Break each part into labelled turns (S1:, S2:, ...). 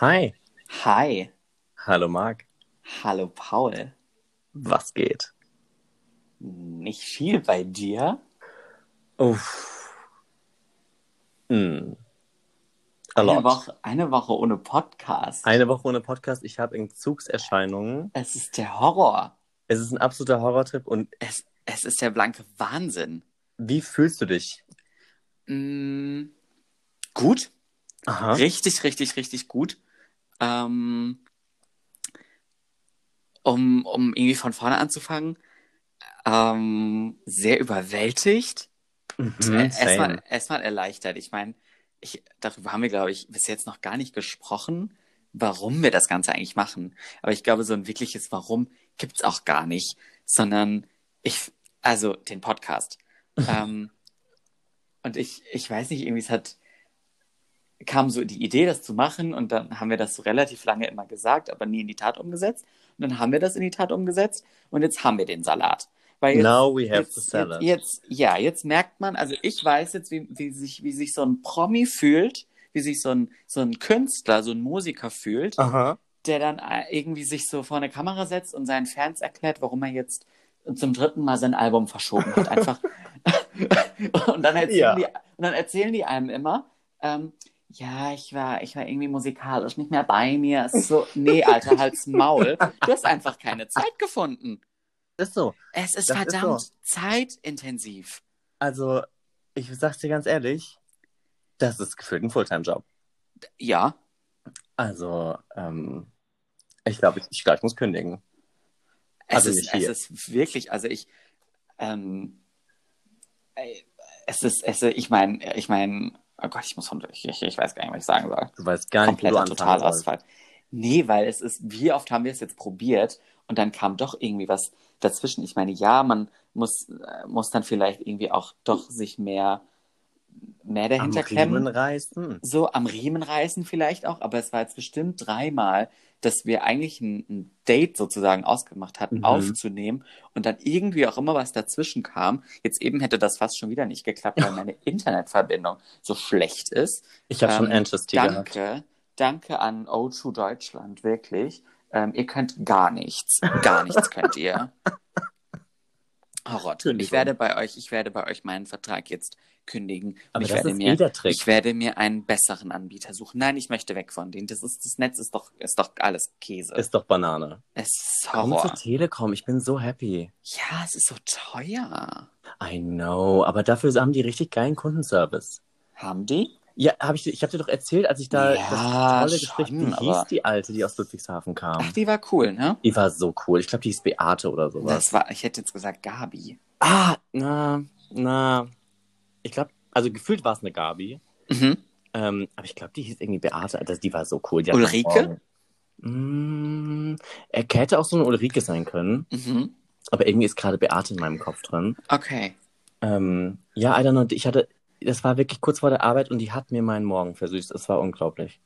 S1: Hi.
S2: Hi,
S1: Hallo Marc.
S2: hallo Paul.
S1: Was geht?
S2: Nicht viel bei dir?
S1: Uff. Hm. A
S2: Eine
S1: lot.
S2: Woche, eine Woche ohne Podcast.
S1: Eine Woche ohne Podcast. Ich habe Entzugserscheinungen.
S2: Es ist der Horror.
S1: Es ist ein absoluter Horrortrip. Und
S2: Es, es ist der blanke Wahnsinn.
S1: wie fühlst du dich?
S2: Mm, gut,
S1: Aha.
S2: richtig, richtig, richtig gut. Ähm, um, um irgendwie von vorne anzufangen. Ähm, sehr überwältigt.
S1: Mhm,
S2: Äh, Erstmal
S1: same.
S2: erstmal erleichtert. Ich meine, ich, darüber haben wir, glaube ich, bis jetzt noch gar nicht gesprochen, warum wir das Ganze eigentlich machen. Aber ich glaube, so ein wirkliches Warum gibt's auch gar nicht, sondern ich, also den Podcast. ähm, und ich, ich weiß nicht, irgendwie es hat, kam so die Idee, das zu machen und dann haben wir das so relativ lange immer gesagt, aber nie in die Tat umgesetzt. Und dann haben wir das in die Tat umgesetzt und jetzt haben wir den Salat. Weil jetzt,
S1: Now we have the
S2: jetzt, jetzt,
S1: salad.
S2: jetzt, ja, jetzt merkt man, also ich weiß jetzt, wie, wie, sich, wie sich so ein Promi fühlt, wie sich so ein, so ein Künstler, so ein Musiker fühlt,
S1: Aha.
S2: der dann äh, irgendwie sich so vor eine Kamera setzt und seinen Fans erklärt, warum er jetzt zum dritten Mal sein Album verschoben hat. Einfach. und, dann erzählen
S1: Ja.
S2: die, und dann erzählen die einem immer, ähm, ja, ich war, ich war irgendwie musikalisch nicht mehr bei mir. Es ist So, nee, Alter, halt's Maul. Du hast einfach keine Zeit gefunden.
S1: Ist so.
S2: Es ist
S1: Das ist
S2: verdammt
S1: so.
S2: zeitintensiv.
S1: Also, ich sag's dir ganz ehrlich, das ist gefühlt ein Fulltime-Job.
S2: Ja,
S1: Also, ähm, ich glaube, ich, ich, glaub, ich muss kündigen.
S2: es,
S1: Also
S2: ist,
S1: nicht
S2: es
S1: hier.
S2: ist wirklich, also ich, ähm, äh, es ist, es ist, ich meine, ich meine, oh Gott, ich muss von, ich, ich, ich weiß gar nicht, was ich sagen soll.
S1: Du weißt gar nicht, wo du
S2: Kompletter
S1: anfangen sollst.
S2: Totalausfall. Nee, weil es ist, wie oft haben wir es jetzt probiert und dann kam doch irgendwie was dazwischen. Ich meine, ja, man muss, äh, muss dann vielleicht irgendwie auch doch sich mehr, mehr
S1: Am
S2: dahinter
S1: Riemen
S2: klemmen.
S1: reißen.
S2: so am Riemen reißen vielleicht auch, aber es war jetzt bestimmt dreimal, dass wir eigentlich ein, ein Date sozusagen ausgemacht hatten,
S1: Mhm.
S2: aufzunehmen und dann irgendwie auch immer was dazwischen kam. Jetzt eben hätte das fast schon wieder nicht geklappt, weil meine Internetverbindung so schlecht ist.
S1: Ich habe schon
S2: Ähm,
S1: Anxious Tea gehabt.
S2: danke, danke an O2 Deutschland, wirklich. Ähm, ihr könnt gar nichts, gar nichts könnt ihr. Horror. Ich
S1: Entschuldigung.
S2: werde bei euch, ich werde bei euch meinen Vertrag jetzt kündigen.
S1: Aber
S2: ich
S1: das
S2: werde
S1: ist
S2: mir
S1: eh der Trick.
S2: ich werde mir einen besseren Anbieter suchen. Nein, ich möchte weg von denen. Das, ist, das Netz ist doch, ist doch alles Käse.
S1: Ist doch Banane.
S2: es ist
S1: Komm zur
S2: Horror.
S1: Telekom, ich bin so happy.
S2: Ja, es ist so teuer.
S1: I know, aber dafür haben die richtig geilen Kundenservice.
S2: Haben die?
S1: Ja, hab ich, ich habe dir doch erzählt, als ich da
S2: Ja,
S1: das tolle Gespräch,
S2: schon,
S1: wie hieß
S2: aber-
S1: die alte, die aus Ludwigshafen kam?
S2: Ach, die war cool, ne?
S1: Die war so cool. Ich glaube, die hieß Beate oder sowas.
S2: Das war, ich hätte jetzt gesagt Gabi.
S1: Ah, na, na. Ich glaube, also gefühlt war es eine Gabi.
S2: Mhm.
S1: Ähm, aber ich glaube, die hieß irgendwie Beate. Das, die war so cool. Die hat
S2: Ulrike?
S1: Mm, er hätte auch so eine Ulrike sein können.
S2: Mhm.
S1: Aber irgendwie ist gerade Beate in meinem Kopf drin.
S2: Okay.
S1: Ähm, ja, I don't know. Ich hatte, das war wirklich kurz vor der Arbeit und die hat mir meinen Morgen versüßt. Es war unglaublich.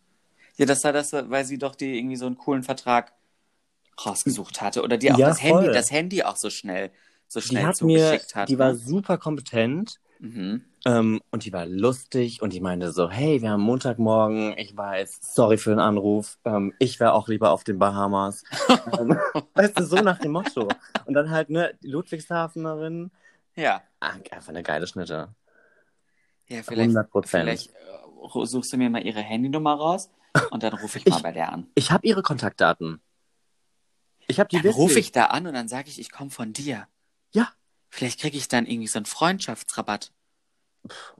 S2: Ja, das war das, weil sie doch die irgendwie so einen coolen Vertrag rausgesucht hatte. Oder dir auch
S1: Ja,
S2: das Handy,
S1: voll.
S2: das Handy auch so schnell, so
S1: Die
S2: schnell
S1: hat mir,
S2: zugeschickt hat.
S1: die war
S2: ne?
S1: super kompetent
S2: mhm.
S1: ähm, und die war lustig und die meinte so, hey, wir haben Montagmorgen, ich weiß, sorry für den Anruf, ähm, ich wäre auch lieber auf den Bahamas. ähm, weißt du, so nach dem Motto. Und dann halt, ne, die Ludwigshafenerin,
S2: Ja.
S1: Ah, einfach eine geile Schnitte.
S2: Ja, vielleicht,
S1: 100 Prozent.
S2: vielleicht äh, ru- suchst du mir mal ihre Handynummer raus und dann rufe ich
S1: Ich-
S2: mal bei der an.
S1: Ich habe ihre Kontaktdaten. Ich habe die
S2: Dann rufe
S1: wirklich.
S2: ich da an und dann sage ich, ich komme von dir.
S1: Ja.
S2: Vielleicht kriege ich dann irgendwie so einen Freundschaftsrabatt.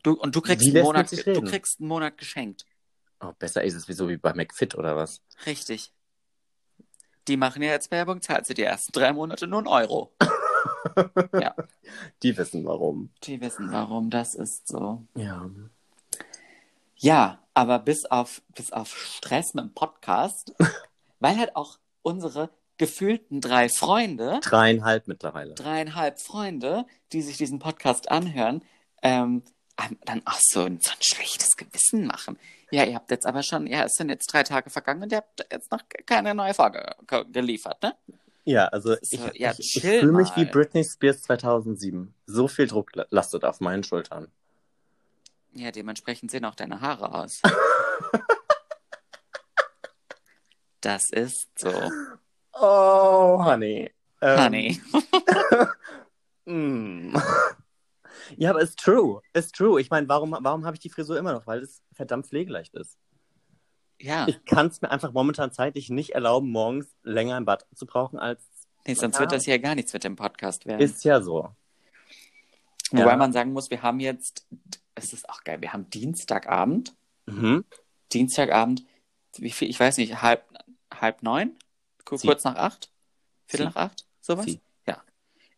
S2: Du, und du
S1: Wie
S2: kriegst, einen
S1: lässt
S2: Monat,
S1: man sich
S2: du
S1: reden?
S2: kriegst einen Monat geschenkt.
S1: Oh, besser ist es wie so wie bei McFit oder was?
S2: Richtig. Die machen ja jetzt Werbung, zahlst du die ersten drei Monate nur einen Euro. Ja.
S1: Die wissen warum.
S2: Die wissen, warum das ist so.
S1: Ja.
S2: Ja, aber bis auf, bis auf Stress mit dem Podcast, weil halt auch unsere gefühlten drei Freunde
S1: Dreieinhalb mittlerweile.
S2: dreieinhalb Freunde, die sich diesen Podcast anhören, ähm, einem dann auch so ein, so ein schlechtes Gewissen machen. Ja, ihr habt jetzt aber schon, ja, es sind jetzt drei Tage vergangen und ihr habt jetzt noch keine neue Folge ge- geliefert, ne?
S1: Ja, also ich,
S2: So, ja,
S1: ich, ich
S2: chill
S1: fühle mich wie
S2: mal.
S1: Britney Spears 2007. So viel Druck la- lastet auf meinen Schultern.
S2: Ja, dementsprechend sehen auch deine Haare aus. Das ist so.
S1: Oh, honey. Ähm,
S2: Honey.
S1: mm. ja, aber it's true. It's true. Ich meine, warum, warum habe ich die Frisur immer noch? Weil es verdammt pflegeleicht ist.
S2: Ja.
S1: Ich kann es mir einfach momentan zeitlich nicht erlauben, morgens länger im Bad zu brauchen als.
S2: Nee, sonst wird das ja gar nichts mit dem Podcast werden.
S1: Ist ja so.
S2: Wobei
S1: ja.
S2: man sagen muss, wir haben jetzt, es ist auch geil, wir haben Dienstagabend.
S1: Mhm.
S2: Dienstagabend, wie viel, ich weiß nicht, halb, halb neun? Ku-
S1: Sie.
S2: Kurz nach acht? Viertel
S1: Sie.
S2: nach acht? Sowas?
S1: Sie.
S2: Ja.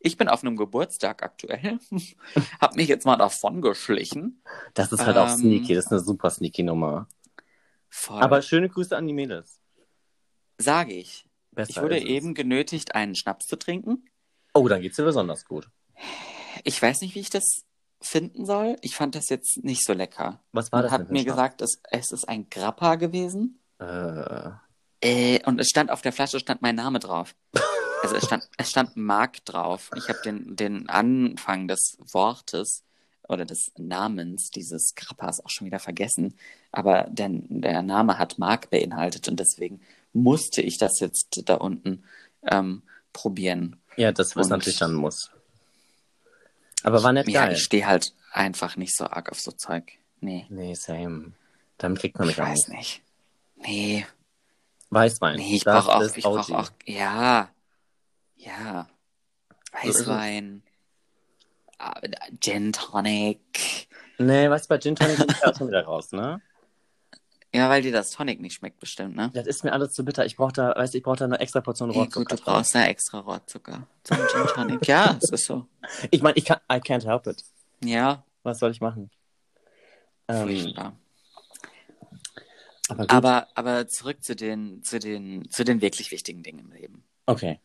S2: Ich bin auf einem Geburtstag aktuell, hab mich jetzt mal davon geschlichen.
S1: Das ist halt auch
S2: Ähm,
S1: sneaky. Das ist eine super sneaky Nummer.
S2: Voll,
S1: Aber schöne Grüße an die Mädels.
S2: sage ich.
S1: Besser
S2: Ich wurde
S1: ist es.
S2: eben genötigt, einen Schnaps zu trinken.
S1: Oh, dann geht's dir besonders gut.
S2: Ich weiß nicht, wie ich das finden soll. Ich fand das jetzt nicht so lecker.
S1: Was war
S2: Man
S1: das denn
S2: hat
S1: für
S2: mir
S1: ein
S2: gesagt, es, es ist ein Grappa gewesen.
S1: Schnaps? Äh,
S2: Äh, und es stand auf der Flasche stand mein Name drauf. Also es stand, es stand Mark drauf. Ich habe den, den Anfang des Wortes oder des Namens dieses Grappas auch schon wieder vergessen. Aber der, der Name hat Mark beinhaltet und deswegen musste ich das jetzt da unten ähm, probieren.
S1: ja, das ist
S2: Und-
S1: natürlich dann ein Muss. Aber war nicht
S2: ja,
S1: geil.
S2: ich stehe halt einfach nicht so arg auf so Zeug. Nee,
S1: Nee, same. Damit kriegt man
S2: ich
S1: mich auch
S2: weiß
S1: nicht.
S2: nicht. Nee,
S1: Weißwein.
S2: nee, ich
S1: das
S2: brauche auch,
S1: ist
S2: ich brauch
S1: OG.
S2: auch, ja, ja,
S1: So ist es.
S2: Weißwein, ah, Gin Tonic.
S1: Nee, weißt du, bei Gin Tonic bin ich auch schon wieder raus, ne?
S2: Ja, weil dir das Tonic nicht schmeckt bestimmt, ne?
S1: Das ist mir alles zu bitter. Ich brauche da, weißt du, ich brauche da eine extra Portion
S2: Nee, gut,
S1: Rohrzucker.
S2: du brauchst da extra Rohrzucker zum Gin Tonic. ja, es ist so.
S1: Ich meine, ich kann, I can't help it.
S2: Ja,
S1: Was soll ich machen? Ähm,
S2: furchtbar.
S1: aber gut.
S2: Aber, aber zurück zu den, zu den, zu den wirklich wichtigen Dingen im Leben.
S1: okay.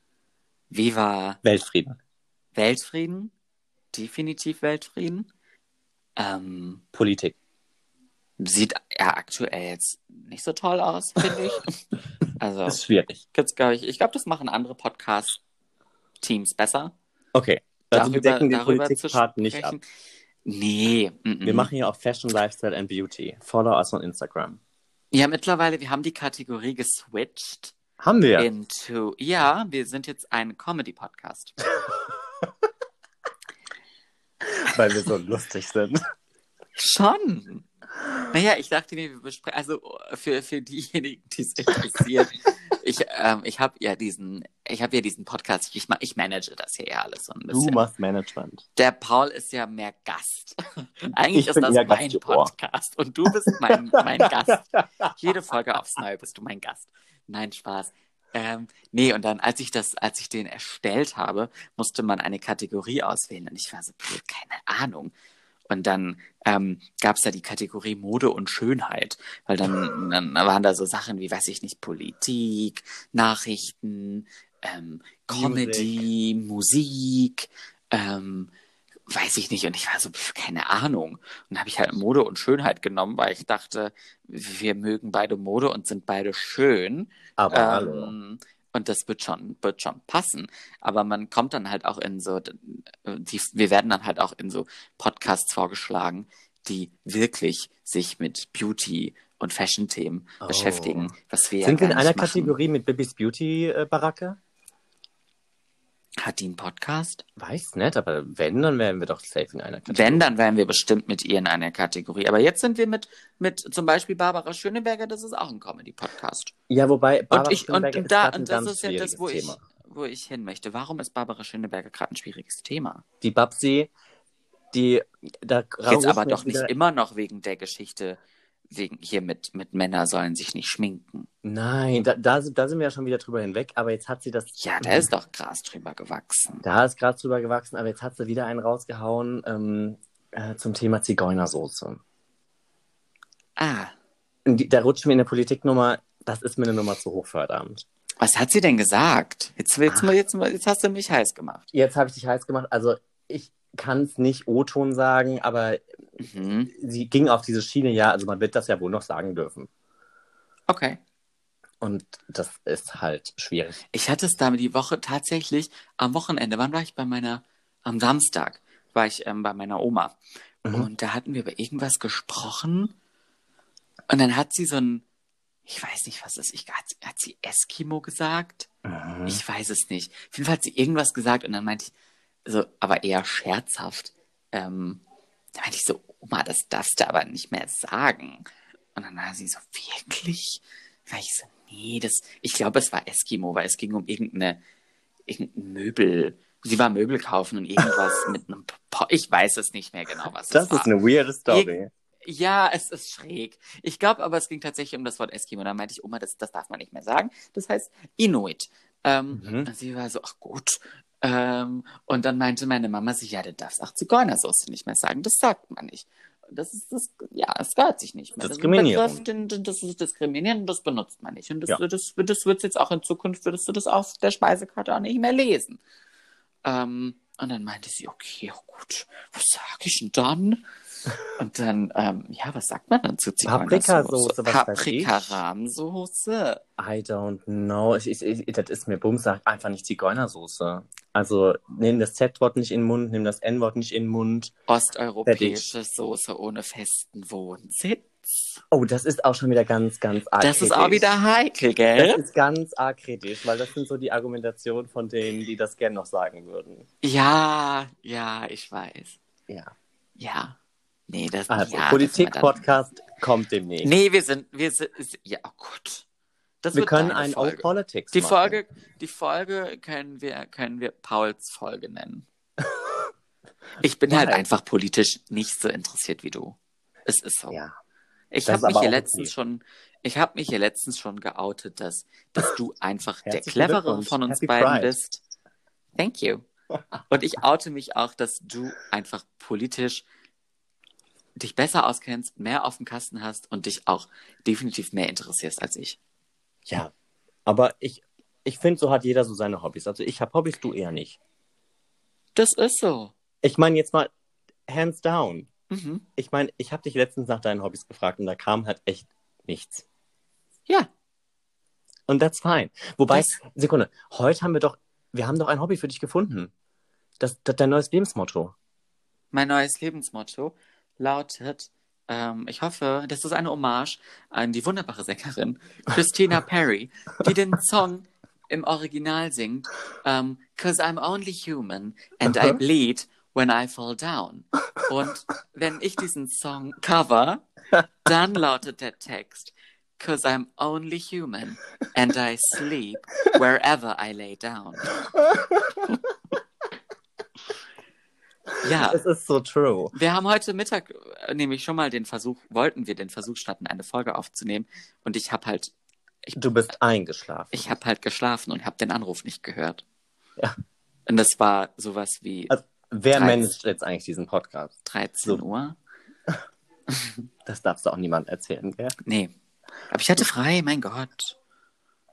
S2: Wie war
S1: Weltfrieden.
S2: Weltfrieden? Definitiv Weltfrieden. Ähm,
S1: Politik.
S2: Sieht ja aktuell jetzt nicht so toll aus, finde ich. Also,
S1: Ist schwierig.
S2: gibt's, glaube ich, ich glaube, das machen andere Podcast-Teams besser.
S1: Okay. Also wir decken den
S2: darüber zu
S1: Politikpart nicht ab.
S2: sprechen. Mhm. Nee. mm-mm.
S1: Wir machen hier auch Fashion, Lifestyle and Beauty. Follow us on Instagram.
S2: Ja, mittlerweile, wir haben die Kategorie geswitcht
S1: Haben wir.
S2: into. Ja, wir sind jetzt ein Comedy-Podcast. Genau.
S1: Weil wir so lustig sind.
S2: Schon. Naja, ich dachte mir, wir besprechen, also für, für diejenigen, die es interessiert, ich, ähm, ich habe ja diesen, ich habe ja diesen Podcast, ich, ma- ich manage das hier ja alles so ein
S1: Du
S2: bisschen.
S1: machst Management.
S2: Der Paul ist ja mehr Gast. Eigentlich
S1: Ich
S2: ist
S1: bin
S2: das
S1: eher
S2: mein
S1: Gastgeber.
S2: Podcast und du bist mein, mein Gast. Jede Folge aufs Neue bist du mein Gast. Nein, Spaß. Ähm, nee, und dann, als ich das, als ich den erstellt habe, musste man eine Kategorie auswählen und ich war so, pff, keine Ahnung. Und dann ähm, gab es da die Kategorie Mode und Schönheit, weil dann, dann waren da so Sachen wie, weiß ich nicht, Politik, Nachrichten, ähm, Comedy, Musik, ähm, weiß ich nicht. Und ich war so, pf, keine Ahnung. Und habe ich halt Mode und Schönheit genommen, weil ich dachte, wir mögen beide Mode und sind beide schön.
S1: Aber
S2: ähm,
S1: hallo.
S2: Und das wird schon, wird schon passen. Aber man kommt dann halt auch in so, die, wir werden dann halt auch in so Podcasts vorgeschlagen, die wirklich sich mit Beauty und Fashion-Themen
S1: Oh.
S2: beschäftigen, was wir
S1: Sind wir
S2: ja
S1: in
S2: gar
S1: einer
S2: nicht machen.
S1: Kategorie mit Bibis Beauty-Baracke?
S2: Hat die einen Podcast?
S1: Weiß nicht, aber wenn, dann wären wir doch safe in einer Kategorie.
S2: Wenn, dann wären wir bestimmt mit ihr in einer Kategorie. Aber jetzt sind wir mit, mit zum Beispiel Barbara Schöneberger, das ist auch ein Comedy-Podcast.
S1: Ja, wobei,
S2: Und,
S1: Barbara
S2: ich, und,
S1: Schöneberger
S2: und, da,
S1: grad ein
S2: und das
S1: ganz
S2: ist ja das,
S1: schwieriges
S2: wo ich,
S1: Thema.
S2: wo ich hin möchte. Warum ist Barbara Schöneberger gerade ein schwieriges Thema?
S1: Die Babsi, die da
S2: Jetzt
S1: raus
S2: aber
S1: mir
S2: doch nicht
S1: wieder-
S2: immer noch wegen der Geschichte, wegen hier mit, mit Männer sollen sich nicht schminken.
S1: Nein, da, da, sind- da sind wir ja schon wieder drüber hinweg, aber jetzt hat sie das.
S2: Ja, da ist doch Gras drüber gewachsen.
S1: Da ist gerade drüber gewachsen, aber jetzt hat sie wieder einen rausgehauen ähm, äh, zum Thema Zigeunersoße.
S2: Ah,
S1: Und die, da rutschen wir in der Politiknummer, das ist mir eine Nummer zu hoch, verdammt.
S2: was hat sie denn gesagt? Jetzt, jetzt,
S1: Ah.
S2: jetzt, jetzt hast du mich heiß gemacht.
S1: Jetzt habe ich dich heiß gemacht, also ich kann es nicht O-Ton sagen, aber
S2: Mhm.
S1: sie ging auf diese Schiene, ja, also man wird das ja wohl noch sagen dürfen.
S2: Okay.
S1: Und das ist halt schwierig.
S2: Ich hatte es da die Woche tatsächlich am Wochenende. Wann war ich bei meiner? Am Samstag war ich ähm, bei meiner Oma.
S1: Mhm.
S2: Und da hatten wir über irgendwas gesprochen. Und dann hat sie so ein ich weiß nicht, was ist. Ich, hat, hat sie Eskimo gesagt?
S1: Mhm.
S2: Ich weiß es nicht. Auf jeden Fall hat sie irgendwas gesagt und dann meinte ich, also, aber eher scherzhaft, ähm, da meinte ich so, Oma, das darfst du aber nicht mehr sagen. Und dann war sie so, wirklich? Da war ich so, nee, das, ich glaube, es war Eskimo, weil es ging um irgendeine, irgendein Möbel. Sie war Möbel kaufen und irgendwas mit einem, Po- ich weiß es nicht mehr genau, was
S1: Das
S2: es war.
S1: ist eine weirde Story.
S2: Ja, es ist schräg. Ich glaube aber, es ging tatsächlich um das Wort Eskimo. Da meinte ich, Oma, das, das darf man nicht mehr sagen. Das heißt Inuit. Ähm,
S1: Mhm.
S2: Und sie war so, ach gut. Ähm, und dann meinte meine Mama sich, ja, du darfst auch Zigeunersoße nicht mehr sagen. Das sagt man nicht. Das ist, das, ja, das gehört sich nicht mehr. Das ist ein
S1: Diskriminierung.
S2: Begriff, den- den- Das ist diskriminierend, und das benutzt man nicht. Und das,
S1: Ja.
S2: das, das wird jetzt auch in Zukunft, würdest du das auf der Speisekarte auch nicht mehr lesen. Ähm, und dann meinte sie, okay, oh gut, was sag ich denn dann? Und dann, ähm, ja, was sagt man dann zu
S1: Paprikasoße, was weiß ich?
S2: Paprika-Rahmsoße.
S1: I don't know. Ich, ich, ich, das ist mir Bums, sag einfach nicht Zigeunersoße. Also nimm das Z-Wort nicht in den Mund, nimm das N-Wort nicht in den Mund.
S2: Osteuropäische Soße ohne festen Wohnsitz.
S1: Oh, das ist auch schon wieder ganz, ganz arg
S2: Das ist auch
S1: kritisch.
S2: wieder heikel,
S1: Ah, Das
S2: gell?
S1: ist ganz arg kritisch, weil das sind so die Argumentationen von denen, die das gern noch sagen würden.
S2: Ja, ja, ich weiß.
S1: Ja.
S2: Ja. Nee, das
S1: Also,
S2: ja, das ist mir
S1: Politik-Podcast kommt demnächst.
S2: dann- Nee, wir sind, wir sind, ja, oh Gott. Das
S1: wir
S2: wird
S1: können
S2: deine
S1: einen
S2: Folge.
S1: Old Politics
S2: Die
S1: machen.
S2: Folge, die Folge können wir, können wir Pauls Folge nennen. Ich bin halt
S1: Nein.
S2: einfach politisch nicht so interessiert wie du. Es ist so.
S1: Ja.
S2: ich
S1: das ist
S2: habe mich
S1: aber
S2: hier
S1: auch
S2: letztens
S1: okay.
S2: schon, ich habe mich hier letztens schon geoutet, dass, dass du einfach der
S1: Herzlichen
S2: cleverere
S1: Glückwunsch.
S2: von uns
S1: Happy
S2: beiden
S1: Pride.
S2: bist. Thank you. Und ich oute mich auch, dass du einfach politisch dich besser auskennst, mehr auf dem Kasten hast und dich auch definitiv mehr interessierst als ich.
S1: Ja. Aber ich, ich finde, so hat jeder so seine Hobbys. Also ich habe Hobbys, du eher nicht.
S2: Das ist so.
S1: Ich meine jetzt mal, hands down.
S2: Mhm.
S1: Ich meine, ich habe dich letztens nach deinen Hobbys gefragt und da kam halt echt nichts.
S2: Ja.
S1: Und that's fine. Wobei,
S2: Das-
S1: Sekunde, heute haben wir doch, wir haben doch ein Hobby für dich gefunden. Das, das dein neues Lebensmotto.
S2: Mein neues Lebensmotto lautet, ähm, ich hoffe, das ist eine Hommage an die wunderbare Sängerin Christina Perry, die den Song im Original singt, ähm, Cause I'm only human and I
S1: Aha.
S2: bleed when I fall down. Und wenn ich diesen Song cover, dann lautet der Text, Cause I'm only human and I sleep wherever I lay down. ja.
S1: Es ist so true.
S2: Wir haben heute Mittag äh, nämlich schon mal den Versuch, wollten wir den Versuch starten, eine Folge aufzunehmen. Und ich habe halt,
S1: Du bist eingeschlafen.
S2: ich habe halt geschlafen und habe den Anruf nicht gehört.
S1: Ja.
S2: Und das war sowas wie
S1: Also, Wer
S2: Dreizehn.
S1: managt jetzt eigentlich diesen Podcast?
S2: 13
S1: so.
S2: Uhr.
S1: Das darfst du auch niemandem erzählen, gell?
S2: Nee. Aber ich hatte frei, mein Gott.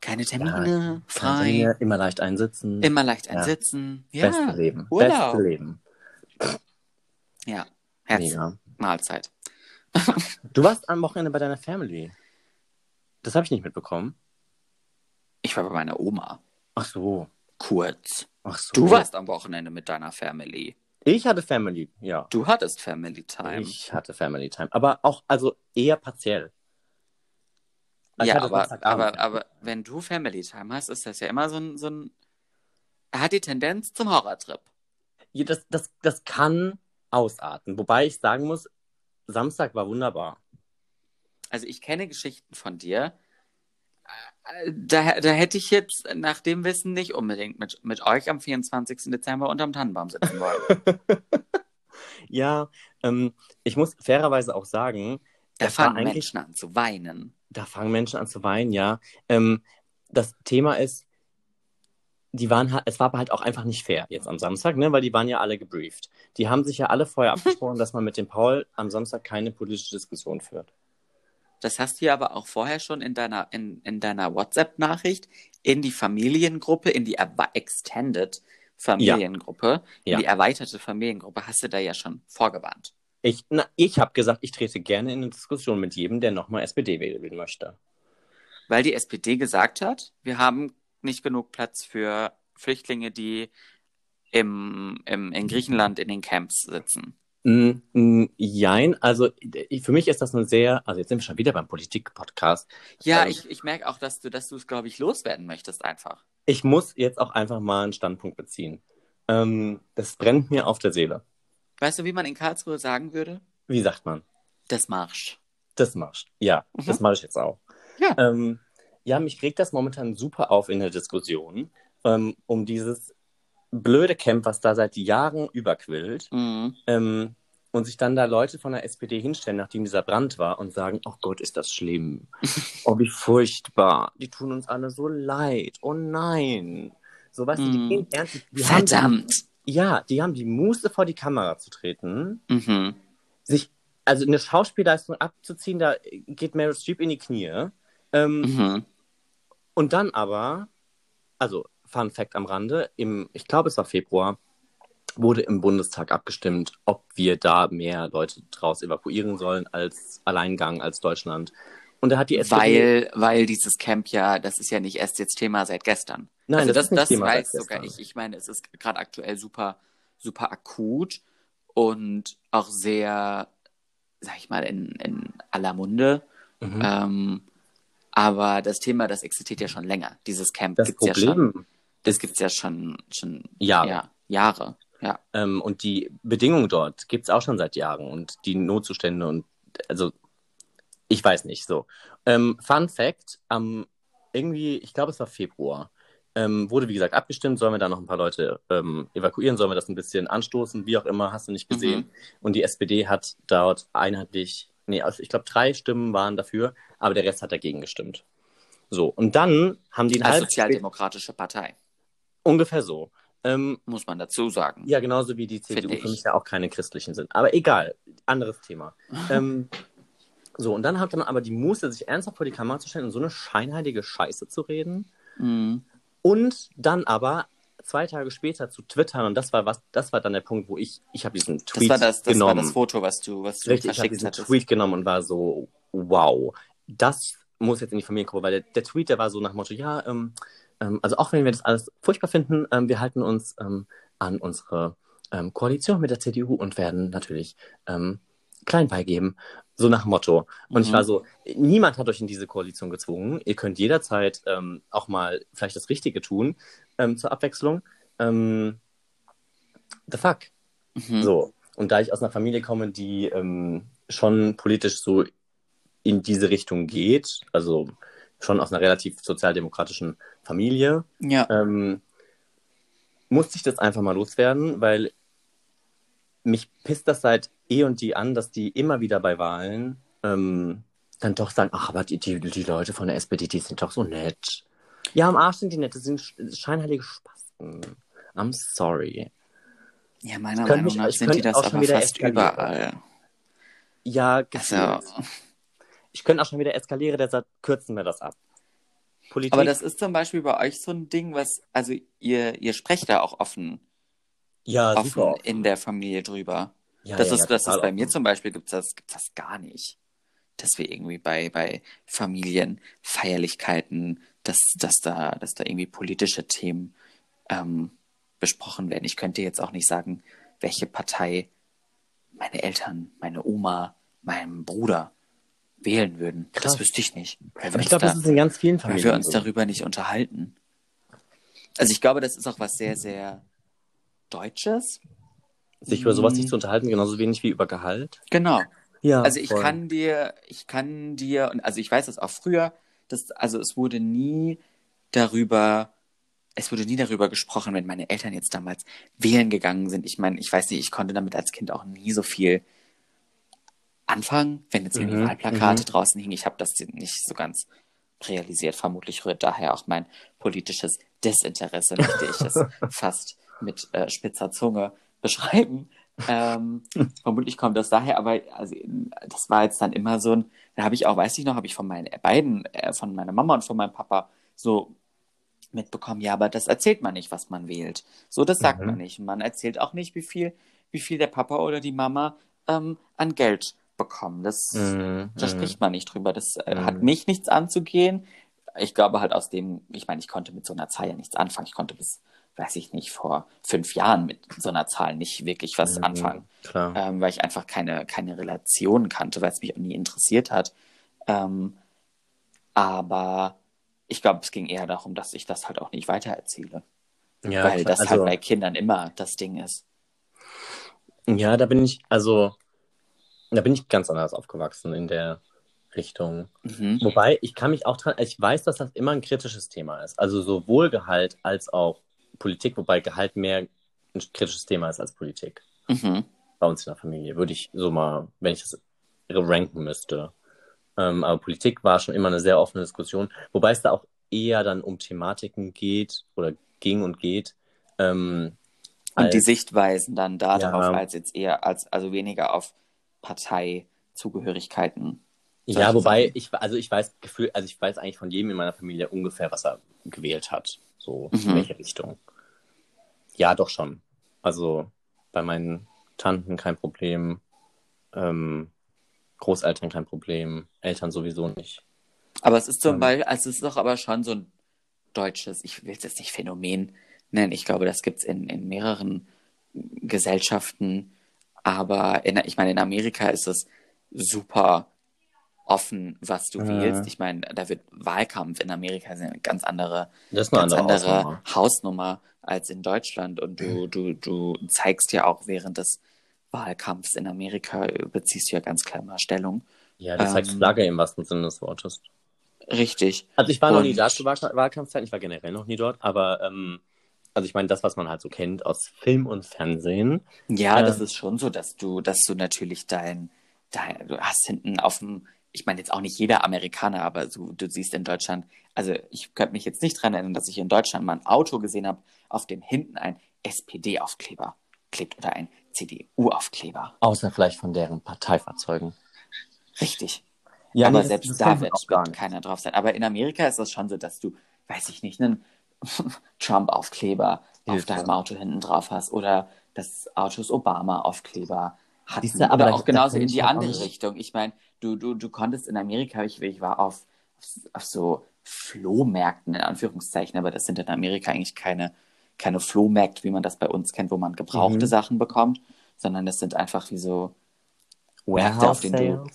S2: Keine Termine, frei.
S1: Termine, immer leicht einsitzen.
S2: Immer leicht
S1: Ja.
S2: einsitzen. Ja.
S1: Beste Leben.
S2: Urlaub.
S1: Beste Leben.
S2: Ja. Herz,
S1: Mega.
S2: Mahlzeit.
S1: Du warst am Wochenende bei deiner Family. Das habe ich nicht mitbekommen.
S2: Ich war bei meiner Oma.
S1: Ach so.
S2: Kurz.
S1: Ach so.
S2: Du warst am Wochenende mit deiner Family.
S1: Ich hatte Family, ja.
S2: Du hattest Family Time.
S1: Ich hatte Family Time. Aber auch, also eher partiell. Ich
S2: ja,
S1: hatte
S2: aber,
S1: Samstagabend.
S2: aber, aber wenn du Family Time hast, ist das ja immer so ein, so ein er hat die Tendenz zum Horrortrip.
S1: Ja, das, das, das kann ausarten. Wobei ich sagen muss, Samstag war wunderbar.
S2: Also ich kenne Geschichten von dir, äh, da, da hätte ich jetzt nach dem Wissen nicht unbedingt mit, mit euch am 24. Dezember unterm Tannenbaum sitzen wollen.
S1: Ja, ähm, ich muss fairerweise auch sagen,
S2: Da
S1: Das war
S2: fangen
S1: eigentlich-
S2: Menschen an zu weinen.
S1: da fangen Menschen an zu weinen, ja. Ähm, das Thema ist, die waren halt, es war aber halt auch einfach nicht fair jetzt am Samstag, ne, weil die waren ja alle gebrieft. Die haben sich ja alle vorher abgesprochen, dass man mit dem Paul am Samstag keine politische Diskussion führt.
S2: Das hast du ja aber auch vorher schon in deiner, in, in deiner WhatsApp-Nachricht in die Familiengruppe, in die erwe- Extended Familiengruppe,
S1: Ja.
S2: in die erweiterte Familiengruppe, hast du da ja schon vorgewarnt.
S1: Ich, na, ich habe gesagt, ich trete gerne in eine Diskussion mit jedem, der nochmal SPD wählen möchte.
S2: Weil die SPD gesagt hat, wir haben nicht genug Platz für Flüchtlinge, die im, im, in Griechenland in den Camps sitzen.
S1: Mm,
S2: mhm.
S1: mm, Jein, also ich- für mich ist das eine sehr, also jetzt sind wir schon wieder beim Politik-Podcast.
S2: Ja,
S1: Ähm.
S2: ich, ich merke auch, dass du, dass du es, glaube ich, loswerden möchtest einfach.
S1: Ich muss jetzt auch einfach mal einen Standpunkt beziehen. Ähm, das brennt mir auf der Seele.
S2: Weißt du, wie man in Karlsruhe sagen würde?
S1: Wie sagt man?
S2: Das Marsch.
S1: Das machst. Ja,
S2: Mhm.
S1: das mache ich jetzt auch.
S2: Ja.
S1: Ähm, ja, mich regt das momentan super auf in der Diskussion, ähm, um dieses blöde Camp, was da seit Jahren überquillt.
S2: Mhm.
S1: Ähm, und sich dann da Leute von der SPD hinstellen, nachdem dieser Brand war, und sagen, oh Gott, ist das schlimm. Oh, wie furchtbar. Die tun uns alle so leid. Oh nein. So, weißt du, die
S2: Mhm.
S1: gehen ernst. Die haben-
S2: Verdammt.
S1: Ja, die haben die Muße, vor die Kamera zu treten.
S2: Mhm.
S1: Sich, also eine Schauspielleistung abzuziehen, da geht Meryl Streep in die Knie. Ähm,
S2: Mhm.
S1: und dann aber, also Fun Fact am Rande, im, ich glaube es war Februar, wurde im Bundestag abgestimmt, ob wir da mehr Leute draus evakuieren sollen als Alleingang, als Deutschland. Und da hat die SPD...
S2: Weil, weil dieses Camp ja, das ist ja nicht erst jetzt Thema seit gestern.
S1: nein,
S2: also das,
S1: ist nicht
S2: das
S1: Thema seit
S2: weiß sogar
S1: gestern.
S2: ich. Ich meine, es ist gerade aktuell super, super akut und auch sehr, sag ich mal, in, in aller Munde.
S1: Mhm.
S2: Ähm, aber das Thema, das existiert ja schon länger. Dieses Camp
S1: das
S2: gibt's ja schon.
S1: Problem,
S2: Das gibt's ja schon, schon
S1: ja,
S2: ja, Jahre. Ja.
S1: Ähm, und die Bedingungen dort gibt es auch schon seit Jahren und die Notzustände und also ich weiß nicht so. Ähm, Fun Fact, am irgendwie, ich glaube es war Februar, ähm, wurde wie gesagt abgestimmt, sollen wir da noch ein paar Leute ähm, evakuieren, sollen wir das ein bisschen anstoßen, wie auch immer, hast du nicht gesehen.
S2: Mhm.
S1: Und die SPD hat dort einheitlich, nee, also ich glaube drei Stimmen waren dafür, aber der Rest hat dagegen gestimmt. So, und dann haben die halt ein halbes
S2: Als
S1: Jahr
S2: sozialdemokratische Partei,
S1: ungefähr so. Ähm,
S2: muss man dazu sagen.
S1: ja, genauso wie die
S2: Finde
S1: CDU für
S2: ich.
S1: mich ja auch keine christlichen sind. Aber egal, anderes Thema. ähm, so, und dann hat man aber die Muße, sich ernsthaft vor die Kamera zu stellen und so eine scheinheilige Scheiße zu reden.
S2: Mhm.
S1: Und dann aber zwei Tage später zu twittern. Und das war was, das war dann der Punkt, wo ich, ich habe diesen
S2: Das
S1: Tweet
S2: war das, das war
S1: genommen.
S2: das Foto, was du, was du
S1: Richtig, ich habe
S2: verschickt
S1: diesen
S2: hattest.
S1: Tweet genommen und war so, wow, das muss jetzt in die Familiengruppe, weil der, der Tweet, der war so nach dem Motto, ja, ähm, ähm, also auch wenn wir das alles furchtbar finden, ähm, wir halten uns ähm, an unsere ähm, Koalition mit der CDU und werden natürlich ähm, klein beigeben, so nach dem Motto. Und ich
S2: Mhm.
S1: war so, niemand hat euch in diese Koalition gezwungen, ihr könnt jederzeit ähm, auch mal vielleicht das Richtige tun, ähm, zur Abwechslung. Ähm, the fuck?
S2: Mhm.
S1: So. Und da ich aus einer Familie komme, die ähm, schon politisch so in diese Richtung geht, also schon aus einer relativ sozialdemokratischen Familie,
S2: Ja.
S1: ähm, musste ich das einfach mal loswerden, weil mich pisst das seit eh und je an, dass die immer wieder bei Wahlen ähm, dann doch sagen, ach, aber die, die, die Leute von der SPD, die sind doch so nett. Ja, am Arsch sind die nett, das sind sch- scheinheilige Spasten. I'm sorry.
S2: Ja, meiner
S1: Könnte
S2: Meinung
S1: mich-
S2: nach
S1: ich
S2: sind die
S1: könnte
S2: das
S1: auch schon
S2: aber
S1: wieder
S2: fast
S1: eskalieren.
S2: überall.
S1: Ja, gefühlt.
S2: Also,
S1: Ich könnte auch schon wieder eskalieren, der sagt, kürzen wir das ab. Politik.
S2: aber das ist zum Beispiel bei euch so ein Ding, was, also ihr, ihr sprecht da auch offen,
S1: ja,
S2: offen
S1: super.
S2: in der Familie drüber.
S1: Ja,
S2: das
S1: ja,
S2: ist,
S1: ja,
S2: das ist
S1: total
S2: bei mir
S1: offen.
S2: zum Beispiel gibt's das, gibt's das gar nicht. Dass wir irgendwie bei, bei Familien, Feierlichkeiten, dass, dass da, dass da irgendwie politische Themen ähm, besprochen werden. Ich könnte jetzt auch nicht sagen, welche Partei meine Eltern, meine Oma, meinen Bruder wählen würden.
S1: Krass.
S2: Das wüsste ich nicht. Weil wir,
S1: Aber ich
S2: uns,
S1: glaube,
S2: da,
S1: das ist in ganz vielen
S2: weil
S1: Familien.
S2: wir uns
S1: so.
S2: darüber nicht unterhalten. Also ich glaube, das ist auch was sehr, sehr Deutsches.
S1: Sich über sowas nicht zu unterhalten, genauso wenig wie über Gehalt.
S2: Genau.
S1: Ja.
S2: Hm. Also ich
S1: voll. Hm,
S2: kann dir, ich kann dir, und also ich weiß das auch früher, dass, also es wurde nie darüber, es wurde nie darüber gesprochen, wenn meine Eltern jetzt damals wählen gegangen sind. Ich meine, ich weiß nicht, ich konnte damit als Kind auch nie so viel anfangen, wenn jetzt irgendwie
S1: Mhm,
S2: Wahlplakate
S1: mhm.
S2: draußen hingen. Ich habe das nicht so ganz realisiert. Vermutlich rührt daher auch mein politisches Desinteresse, möchte ich es fast mit äh, spitzer Zunge beschreiben. Ähm, vermutlich kommt das daher, aber also, das war jetzt dann immer so ein, da habe ich auch, weiß ich noch, habe ich von meinen beiden, äh, von meiner Mama und von meinem Papa so mitbekommen, ja, aber das erzählt man nicht, was man wählt. So, das sagt
S1: Mhm.
S2: man nicht. Und Man erzählt auch nicht, wie viel, wie viel der Papa oder die Mama ähm, an Geld bekommen. Das,
S1: Mhm,
S2: da
S1: mhm.
S2: spricht man nicht drüber. Das äh,
S1: Mhm.
S2: hat mich nichts anzugehen. Ich glaube halt aus dem, ich meine, ich konnte mit so einer Zahl ja nichts anfangen. Ich konnte bis weiß ich nicht, vor fünf Jahren mit so einer Zahl nicht wirklich was
S1: Mhm,
S2: anfangen,
S1: Klar.
S2: ähm, weil ich einfach keine, keine Relation kannte, weil es mich auch nie interessiert hat. Ähm, aber ich glaube, es ging eher darum, dass ich das halt auch nicht weitererzähle,
S1: ja,
S2: weil
S1: klar. Also,
S2: das halt bei Kindern immer das Ding ist.
S1: Ja, da bin ich, also, da bin ich ganz anders aufgewachsen in der Richtung.
S2: Mhm.
S1: Wobei, ich kann mich auch dran, also ich weiß, dass das immer ein kritisches Thema ist. Also sowohl Gehalt als auch Politik, wobei Gehalt mehr ein kritisches Thema ist als Politik
S2: Mhm.
S1: bei uns in der Familie. Würde ich so mal, wenn ich das ranken müsste. Ähm, aber Politik war schon immer eine sehr offene Diskussion, wobei es da auch eher dann um Thematiken geht oder ging und geht. Ähm,
S2: Und die
S1: als-
S2: Sichtweisen dann darauf,
S1: Ja.
S2: als jetzt eher, als also weniger auf Parteizugehörigkeiten.
S1: Ja,
S2: Solche
S1: wobei
S2: Sachen.
S1: ich, also ich weiß Gefühl, also ich weiß eigentlich von jedem in meiner Familie ungefähr, was er gewählt hat. So in
S2: Mhm.
S1: welche Richtung. Ja, doch schon. Also bei meinen Tanten kein Problem, ähm, Großeltern kein Problem, Eltern sowieso nicht.
S2: Aber es ist zum
S1: Ähm.
S2: Beispiel, also es ist doch aber schon so ein deutsches, ich will es jetzt nicht Phänomen nennen, ich glaube, das gibt's in, in mehreren Gesellschaften, aber in, ich meine, in Amerika ist es super offen, was du
S1: Ja.
S2: wählst. Ich meine, da wird Wahlkampf in Amerika sind ganz andere
S1: Das ist eine
S2: ganz
S1: andere,
S2: andere
S1: Ausnahme.
S2: Hausnummer als in Deutschland und du, du, du zeigst ja auch während des Wahlkampfs in Amerika, äh, beziehst du ja ganz klar mal Stellung.
S1: Ja, das zeigt
S2: Ähm.
S1: Flagge im wahrsten Sinne des Wortes.
S2: Richtig.
S1: Also ich war noch nie
S2: Und-
S1: da zu Wahl Wahlkampfzeiten, ich war generell noch nie dort, aber ähm, also ich meine, das, was man halt so kennt aus Film und Fernsehen.
S2: Ja,
S1: Ähm.
S2: das ist schon so, dass du, dass du natürlich dein, dein, du hast hinten auf dem, ich meine jetzt auch nicht jeder Amerikaner, aber so, du siehst in Deutschland, also ich könnte mich jetzt nicht dran erinnern, dass ich in Deutschland mal ein Auto gesehen habe, auf dem hinten ein SPD-Aufkleber klebt oder ein CDU-Aufkleber.
S1: Außer vielleicht von deren Parteifahrzeugen.
S2: Richtig.
S1: Ja,
S2: aber
S1: nee, das-
S2: selbst
S1: das
S2: da
S1: kommt
S2: wird,
S1: auch gar
S2: wird
S1: nicht.
S2: keiner drauf sein. Aber in Amerika ist das schon so, dass du, weiß ich nicht, einen Trump-Aufkleber auf
S1: Hilfe.
S2: deinem Auto hinten drauf hast oder das Autos Obama-Aufkleber hatten.
S1: Siehst du, aber
S2: oder
S1: da-
S2: auch
S1: da
S2: genauso
S1: kenn
S2: in
S1: ich
S2: die
S1: halt auch
S2: andere
S1: nicht.
S2: Richtung. Ich meine, du, du, du konntest in Amerika, ich, ich war auf, auf so Flohmärkten in Anführungszeichen, aber das sind in Amerika eigentlich keine, keine Flohmärkte, wie man das bei uns kennt, wo man gebrauchte
S1: Mhm.
S2: Sachen bekommt, sondern das sind einfach wie so Märkte, auf denen du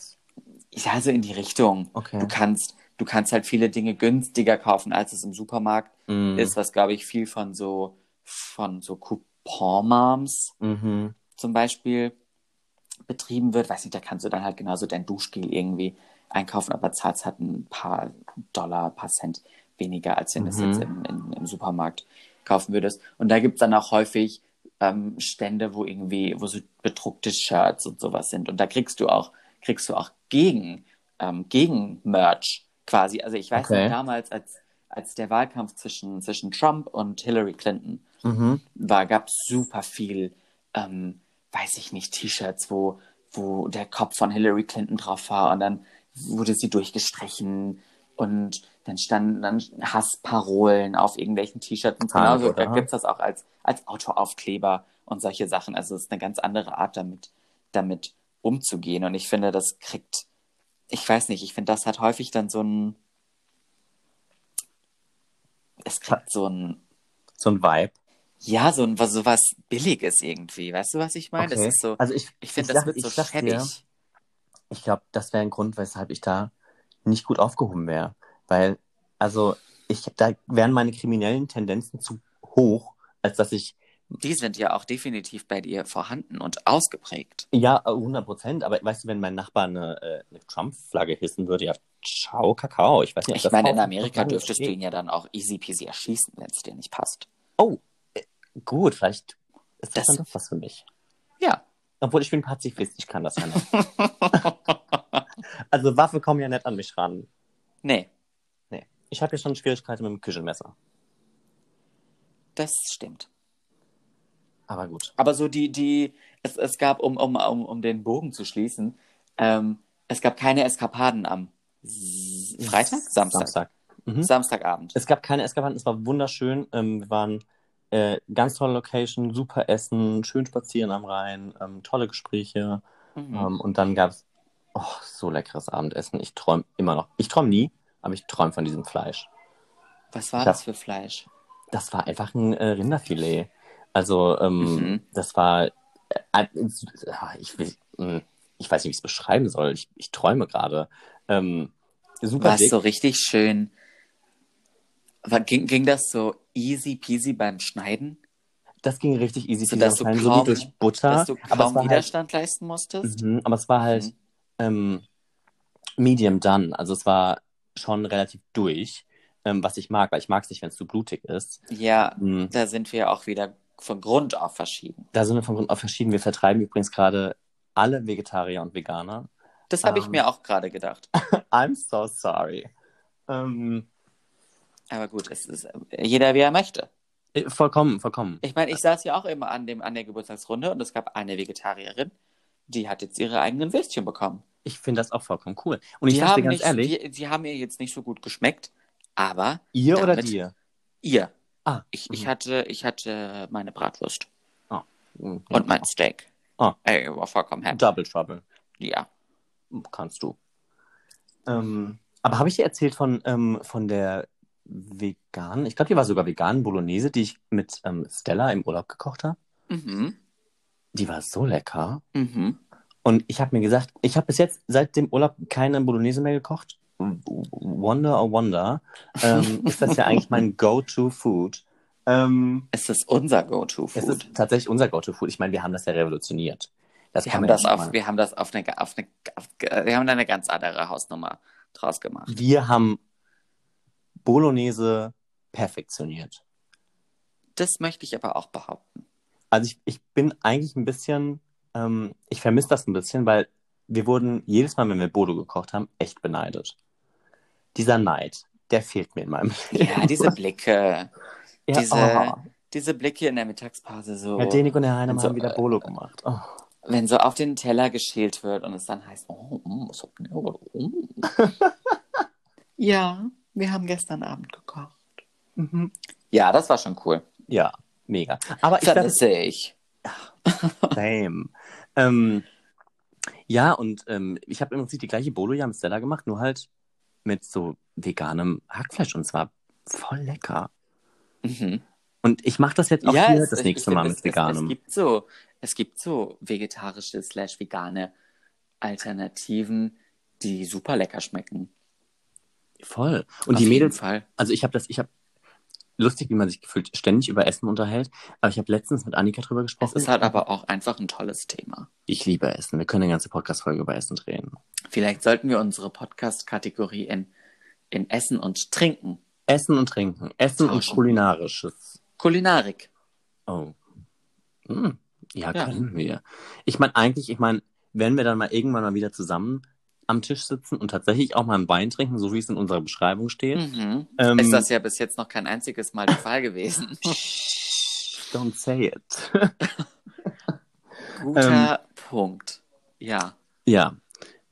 S2: ja, so in die Richtung.
S1: Okay.
S2: Du kannst, du kannst halt viele Dinge günstiger kaufen, als es im Supermarkt
S1: Mhm.
S2: ist, was glaube ich viel von so, von so Coupon-Moms
S1: Mhm.
S2: zum Beispiel betrieben wird. Weiß nicht, da kannst du dann halt genauso dein Duschgel irgendwie einkaufen, aber zahlst halt ein paar Dollar, ein paar Cent weniger, als wenn du es
S1: Mhm.
S2: jetzt im, im, im Supermarkt kaufen würdest. Und da gibt's dann auch häufig ähm, Stände, wo irgendwie, wo so bedruckte Shirts und sowas sind. Und da kriegst du auch, kriegst du auch gegen, ähm, gegen Merch quasi. Also ich weiß
S1: Okay.
S2: noch damals, als, als der Wahlkampf zwischen, zwischen Trump und Hillary Clinton
S1: Mhm.
S2: war, gab super viel, ähm, weiß ich nicht, T-Shirts, wo, wo der Kopf von Hillary Clinton drauf war und dann wurde sie durchgestrichen und dann standen dann Hassparolen auf irgendwelchen T-Shirts und
S1: Krank,
S2: genauso
S1: oder?
S2: gibt es das auch als, als Autoaufkleber und solche Sachen. Also es ist eine ganz andere Art, damit, damit umzugehen. Und ich finde, das kriegt, ich weiß nicht, ich finde, das hat häufig dann so ein, es kriegt so ein,
S1: So ein Vibe.
S2: ja, so ein, was, so was Billiges irgendwie. Weißt du, was ich meine? Das ist so,
S1: also ich,
S2: ich finde,
S1: ich
S2: das
S1: sag-
S2: wird
S1: ich
S2: so
S1: sag dir,
S2: schäbig.
S1: ich glaube, das wäre ein Grund, weshalb ich da nicht gut aufgehoben wäre. Weil, also, ich, da wären meine kriminellen Tendenzen zu hoch, als dass ich,
S2: Die sind ja auch definitiv bei dir vorhanden und ausgeprägt.
S1: ja, 100 Prozent, aber weißt du, wenn mein Nachbar eine, äh, eine Trump-Flagge hissen würde, ja, ciao, Kakao. Ich weiß nicht, ob
S2: Ich
S1: das
S2: meine,
S1: auch-
S2: in Amerika
S1: Flagge
S2: dürftest du
S1: steht.
S2: ihn ja dann auch easy peasy erschießen, wenn es dir nicht passt.
S1: Oh, äh, gut, vielleicht ist das,
S2: Das-
S1: dann doch was für mich.
S2: Ja.
S1: Obwohl ich bin Pazifist, ich kann das ja nicht. Also Waffen kommen ja nicht an mich ran.
S2: nee,
S1: Nee. Ich habe ja schon Schwierigkeiten mit dem Küchenmesser.
S2: das stimmt.
S1: Aber gut.
S2: Aber so die, die, es, es gab, um, um, um, um den Bogen zu schließen, ähm, es gab keine Eskapaden am S- Freitag? Samstag.
S1: Samstag. Mhm.
S2: Samstagabend.
S1: Es gab keine Eskapaden, es war wunderschön. Ähm, wir waren äh, ganz tolle Location, super Essen, schön spazieren am Rhein, ähm, tolle Gespräche.
S2: Mhm.
S1: Ähm, und dann gab es oh, so leckeres Abendessen. Ich träume immer noch. Ich träume nie, aber ich träume von diesem Fleisch.
S2: Was war
S1: Ich hab-
S2: das für Fleisch?
S1: das war einfach ein äh, Rinderfilet. Also ähm,
S2: Mhm.
S1: das war, äh, äh, ah, ich, will, mh, ich weiß nicht, wie ich es beschreiben soll. Ich, ich träume gerade. Ähm, super
S2: War es
S1: dick.
S2: so richtig schön. War, ging, ging das so easy peasy beim Schneiden,
S1: Das ging richtig easy.
S2: So,
S1: peasy
S2: dass du
S1: wahrscheinlich,
S2: kaum-
S1: so wie durch Butter.
S2: dass du
S1: aber, es
S2: kaum
S1: war halt,
S2: Widerstand leisten musstest?
S1: mhm, aber es war halt
S2: Mhm.
S1: ähm, medium done. Also es war schon relativ durch, ähm, was ich mag, weil ich mag es nicht, wenn es zu blutig ist.
S2: Ja,
S1: Mhm.
S2: da sind wir auch wieder von Grund auf verschieden.
S1: Da sind wir von Grund auf verschieden. Wir vertreiben übrigens gerade alle Vegetarier und Veganer.
S2: Das habe ich
S1: Ähm.
S2: mir auch gerade gedacht.
S1: I'm so sorry. Ähm,
S2: Aber gut, es ist jeder wie er möchte.
S1: äh, vollkommen, vollkommen.
S2: Ich meine, ich saß ja auch immer an, dem, an der Geburtstagsrunde und es gab eine Vegetarierin, die hat jetzt ihre eigenen Würstchen bekommen.
S1: Ich finde das auch vollkommen cool. Und ich
S2: die,
S1: sag dir
S2: haben
S1: ganz
S2: nicht,
S1: ehrlich,
S2: die, die haben ihr jetzt nicht so gut geschmeckt, aber
S1: ihr oder
S2: damit-
S1: dir?
S2: ihr.
S1: Ah,
S2: Ich, ich,
S1: mhm.
S2: hatte, ich hatte meine Bratwurst
S1: Mhm.
S2: und mein Steak.
S1: Ah.
S2: Ey, war vollkommen happy.
S1: Double Trouble.
S2: Ja.
S1: Kannst du. Ähm, aber habe ich dir erzählt von, ähm, von der veganen, ich glaube, die war sogar veganen Bolognese, die ich mit ähm, Stella im Urlaub gekocht habe?
S2: Mhm.
S1: Die war so lecker.
S2: Mhm.
S1: Und ich habe mir gesagt, ich habe bis jetzt seit dem Urlaub keine Bolognese mehr gekocht.
S2: Hm.
S1: Wonder or Wonder ähm, ist das ja eigentlich mein Go-To-Food. Ähm,
S2: Es ist unser
S1: es
S2: Go-To-Food.
S1: ist tatsächlich unser Go-To-Food. Ich meine, wir haben das ja revolutioniert. Das
S2: Wir
S1: kann
S2: haben
S1: man
S2: das
S1: ja nicht
S2: auf,
S1: mal-
S2: wir haben das auf eine, auf eine, auf, wir haben da eine ganz andere Hausnummer draus gemacht.
S1: wir haben Bolognese perfektioniert.
S2: Das möchte ich aber auch behaupten.
S1: Also ich, ich bin eigentlich ein bisschen, ähm, ich vermisse das ein bisschen, weil wir wurden jedes Mal, wenn wir Bodo gekocht haben, echt beneidet. Dieser Neid, der fehlt mir in meinem Leben.
S2: Ja, diese Blicke,
S1: Ja,
S2: diese-
S1: oh.
S2: diese Blicke in der Mittagspause so,
S1: Herr Denik und Herr Heinemann
S2: Also,
S1: haben wieder
S2: äh,
S1: Bolo gemacht. Oh.
S2: wenn so auf den Teller geschält wird und es dann heißt, oh, mm, so, oh. Ja, wir haben gestern Abend gekocht. Ja, das war schon cool.
S1: mhm. Ja, mega. Aber ich dachte,
S2: Vermisse ich.
S1: same. ähm, ja, und ähm, ich habe im Prinzip die gleiche Bolo ja mit Stella gemacht, nur halt mit so veganem Hackfleisch und zwar voll lecker.
S2: Mhm.
S1: Und ich mache das jetzt auch
S2: ja,
S1: hier
S2: es-
S1: das
S2: ich-
S1: nächste
S2: ich-
S1: Mal
S2: es-
S1: mit veganem.
S2: Es, es gibt so, es gibt so vegetarische slash vegane Alternativen, die super lecker schmecken.
S1: voll. Und
S2: Auf
S1: die
S2: jeden
S1: Mädels,
S2: Fall.
S1: also ich habe das, ich habe lustig, wie man sich gefühlt ständig über Essen unterhält, aber ich habe letztens mit Annika drüber
S2: Es
S1: gesprochen.
S2: ist halt aber auch einfach ein tolles Thema.
S1: ich liebe Essen. Wir können eine ganze Podcast-Folge über Essen drehen.
S2: Vielleicht sollten wir unsere Podcast-Kategorie in, in Essen und Trinken.
S1: Essen und Trinken. Essen und
S2: Tauschen.
S1: kulinarisches.
S2: Kulinarik.
S1: Oh. Hm. Ja,
S2: Ja.
S1: können wir. Ich meine, eigentlich, ich meine, wenn wir dann mal irgendwann mal wieder zusammen am Tisch sitzen und tatsächlich auch mal einen Wein trinken, so wie es in unserer Beschreibung steht.
S2: Mhm.
S1: Ähm,
S2: ist das ja bis jetzt noch kein einziges Mal der Fall gewesen.
S1: Don't say it.
S2: Guter
S1: Ähm.
S2: Punkt. Ja.
S1: ja.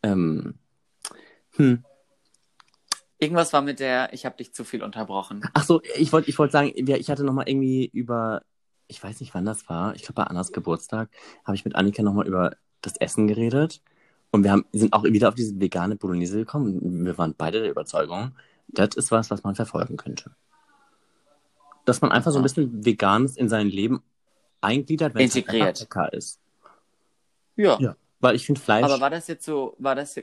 S1: Ähm. Hm.
S2: Irgendwas war mit der, ich habe dich zu viel unterbrochen.
S1: Ach so, ich wollte ich wollt sagen, wir- ich hatte nochmal irgendwie über, ich weiß nicht, wann das war, ich glaube bei Annas Geburtstag, habe ich mit Annika nochmal über das Essen geredet. Und wir haben, sind auch wieder auf diese vegane Bolognese gekommen. Und Wir waren beide der Überzeugung, das ist was, was man verfolgen könnte. Dass man einfach so ein
S2: Aha.
S1: bisschen Veganes in sein Leben eingliedert, wenn
S2: Integriert.
S1: es halt einfach lecker ist.
S2: Ja.
S1: Ja. Weil ich finde Fleisch,
S2: Aber war das jetzt so, war das,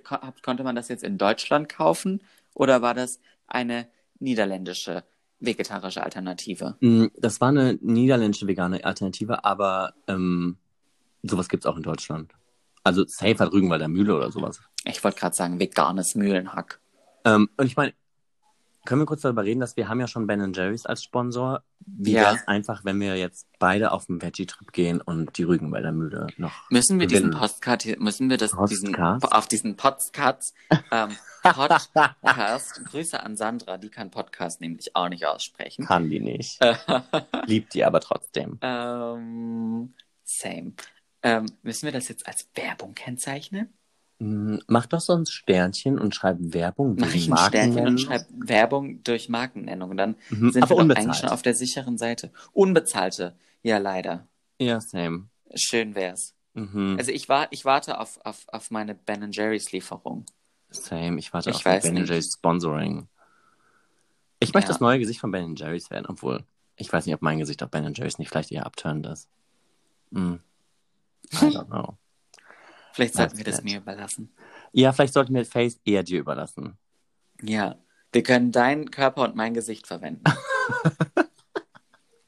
S2: konnte man das jetzt in Deutschland kaufen oder war das eine niederländische vegetarische Alternative?
S1: mh, Mm, das war eine niederländische vegane Alternative, aber ähm, sowas gibt es auch in Deutschland. Also safe hat Rügenwalder Mühle oder sowas.
S2: Ich wollte gerade sagen, veganes Mühlenhack.
S1: Ähm, und ich meine, können wir kurz darüber reden, dass wir haben ja schon Ben Jerry's als Sponsor. Wie
S2: Ja.
S1: wäre es einfach, wenn wir jetzt beide auf den Veggie-Trip gehen und die Rügenwalder Mühle noch?
S2: Müssen wir diesen
S1: Gewinnen.
S2: Postcard, hier- müssen wir das, diesen,
S1: Postcast?
S2: auf diesen Podcast, ähm, Podcast, Grüße an Sandra, die kann Podcast nämlich auch nicht aussprechen.
S1: Kann die nicht. Liebt die aber trotzdem.
S2: ähm, same. Ähm, müssen wir das jetzt als Werbung kennzeichnen?
S1: Hm, Mach doch sonst Sternchen und schreib Werbung.
S2: Mach ich ein Sternchen und schreibe Werbung durch Markennennung. Und dann
S1: Sind
S2: sind
S1: Mhm. aber
S2: wir doch eigentlich schon
S1: unbezahlt.
S2: auf der sicheren Seite. Unbezahlte. Ja, leider.
S1: Ja, same.
S2: Schön wär's.
S1: Mhm.
S2: Also ich, war, ich warte auf, auf, auf meine Ben Jerry's Lieferung.
S1: same. Ich warte
S2: ich
S1: auf
S2: weiß
S1: Ben
S2: nicht.
S1: Jerry's Sponsoring. Ich möchte
S2: Ja.
S1: das neue Gesicht von Ben Jerry's werden, obwohl. Ich weiß nicht, ob mein Gesicht auf Ben Jerry's nicht vielleicht eher abturnend ist. Mm. I don't know.
S2: Vielleicht
S1: Weiß
S2: sollten wir das
S1: nicht.
S2: mir überlassen.
S1: Ja, vielleicht sollten wir Face eher dir überlassen.
S2: Ja. Wir können deinen Körper und mein Gesicht verwenden.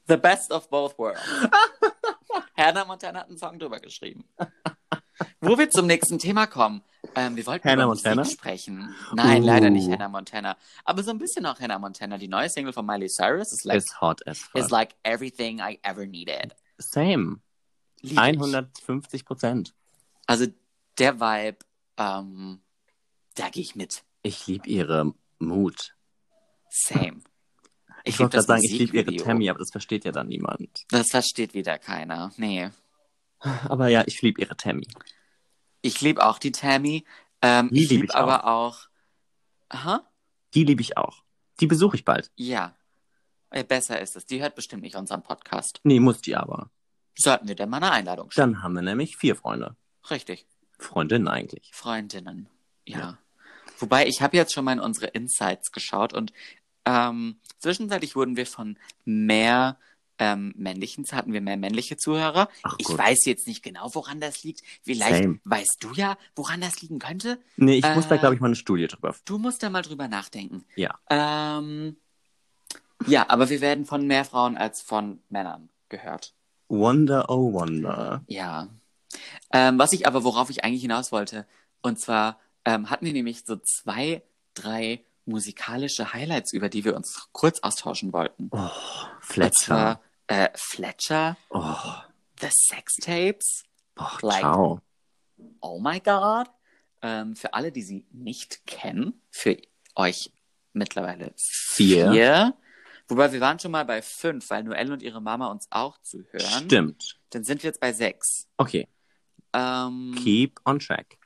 S2: The best of both worlds. Hannah Montana hat einen Song drüber geschrieben. Wo wir zum nächsten Thema kommen. Ähm, wir wollten
S1: Hannah
S2: über Musik
S1: Montana?
S2: sprechen. Nein,
S1: Uh.
S2: leider nicht Hannah Montana. Aber so ein bisschen auch Hannah Montana. Die neue Single von Miley Cyrus ist like,
S1: It's hot as fuck.
S2: is like everything I ever needed.
S1: Same.
S2: Lieb ich.
S1: 150 Prozent.
S2: Also der Vibe, ähm, da gehe ich mit.
S1: Ich liebe ihre Mut.
S2: Same.
S1: Ich, wollte
S2: lieb
S1: gerade
S2: das
S1: sagen, ich liebe ihre
S2: Musikvideo.
S1: Tammy, aber das versteht ja dann niemand.
S2: Das versteht wieder keiner. Nee.
S1: Aber ja, ich liebe ihre Tammy.
S2: Ich liebe auch die Tammy. Ähm,
S1: Die
S2: ich
S1: lieb
S2: liebe
S1: ich
S2: aber auch. Aha,
S1: Die liebe ich auch. Die besuche ich bald.
S2: ja. Äh, Besser ist es. Die hört bestimmt nicht unseren Podcast.
S1: Nee, muss die aber.
S2: Sollten wir denn mal eine Einladung schicken?
S1: Dann haben wir nämlich vier Freunde.
S2: Richtig.
S1: Freundinnen eigentlich.
S2: Freundinnen. Ja.
S1: Ja.
S2: Wobei, ich habe jetzt schon mal in unsere Insights geschaut und ähm, zwischenzeitlich wurden wir von mehr ähm, männlichen, hatten wir mehr männliche Zuhörer.
S1: Ach
S2: Ich
S1: Gott.
S2: weiß jetzt nicht genau, woran das liegt. Vielleicht
S1: Same.
S2: weißt du ja, woran das liegen könnte.
S1: Nee, ich muss da,
S2: Äh,
S1: glaube ich, mal eine Studie drüber.
S2: Du musst da mal drüber nachdenken.
S1: Ja.
S2: Ähm, ja, aber wir werden von mehr Frauen als von Männern gehört.
S1: Wonder oh Wonder.
S2: Ja. Ähm, was ich aber, worauf ich eigentlich hinaus wollte, und zwar ähm, hatten wir nämlich so zwei, drei musikalische Highlights, über die wir uns kurz austauschen wollten.
S1: Oh,
S2: Und
S1: Fletcher.
S2: zwar äh, Fletcher,
S1: Oh,
S2: The Sex Tapes,
S1: oh
S2: Like-
S1: ciao.
S2: Oh My God. Ähm, für alle, die sie nicht kennen, für euch mittlerweile
S1: Vier.
S2: vier. Wobei wir waren schon mal bei fünf, weil Noelle und ihre Mama uns auch zuhören.
S1: Stimmt.
S2: Dann sind wir jetzt bei sechs.
S1: Okay,
S2: Ähm,
S1: keep on track.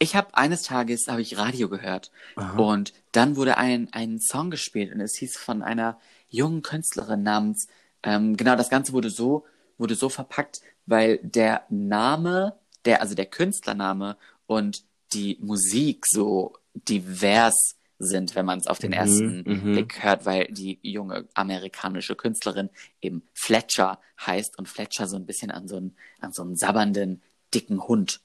S2: Ich habe eines Tages habe ich Radio gehört
S1: Aha.
S2: und dann wurde ein, ein Song gespielt und es hieß von einer jungen Künstlerin namens ähm, genau das Ganze wurde so wurde so verpackt, weil der Name der also der Künstlername und die Musik so divers sind, wenn man es auf den
S1: Mhm,
S2: ersten
S1: mhm.
S2: Blick hört, weil die junge amerikanische Künstlerin eben Fletcher heißt und Fletcher so ein bisschen an so einen an so einen sabbernden dicken Hund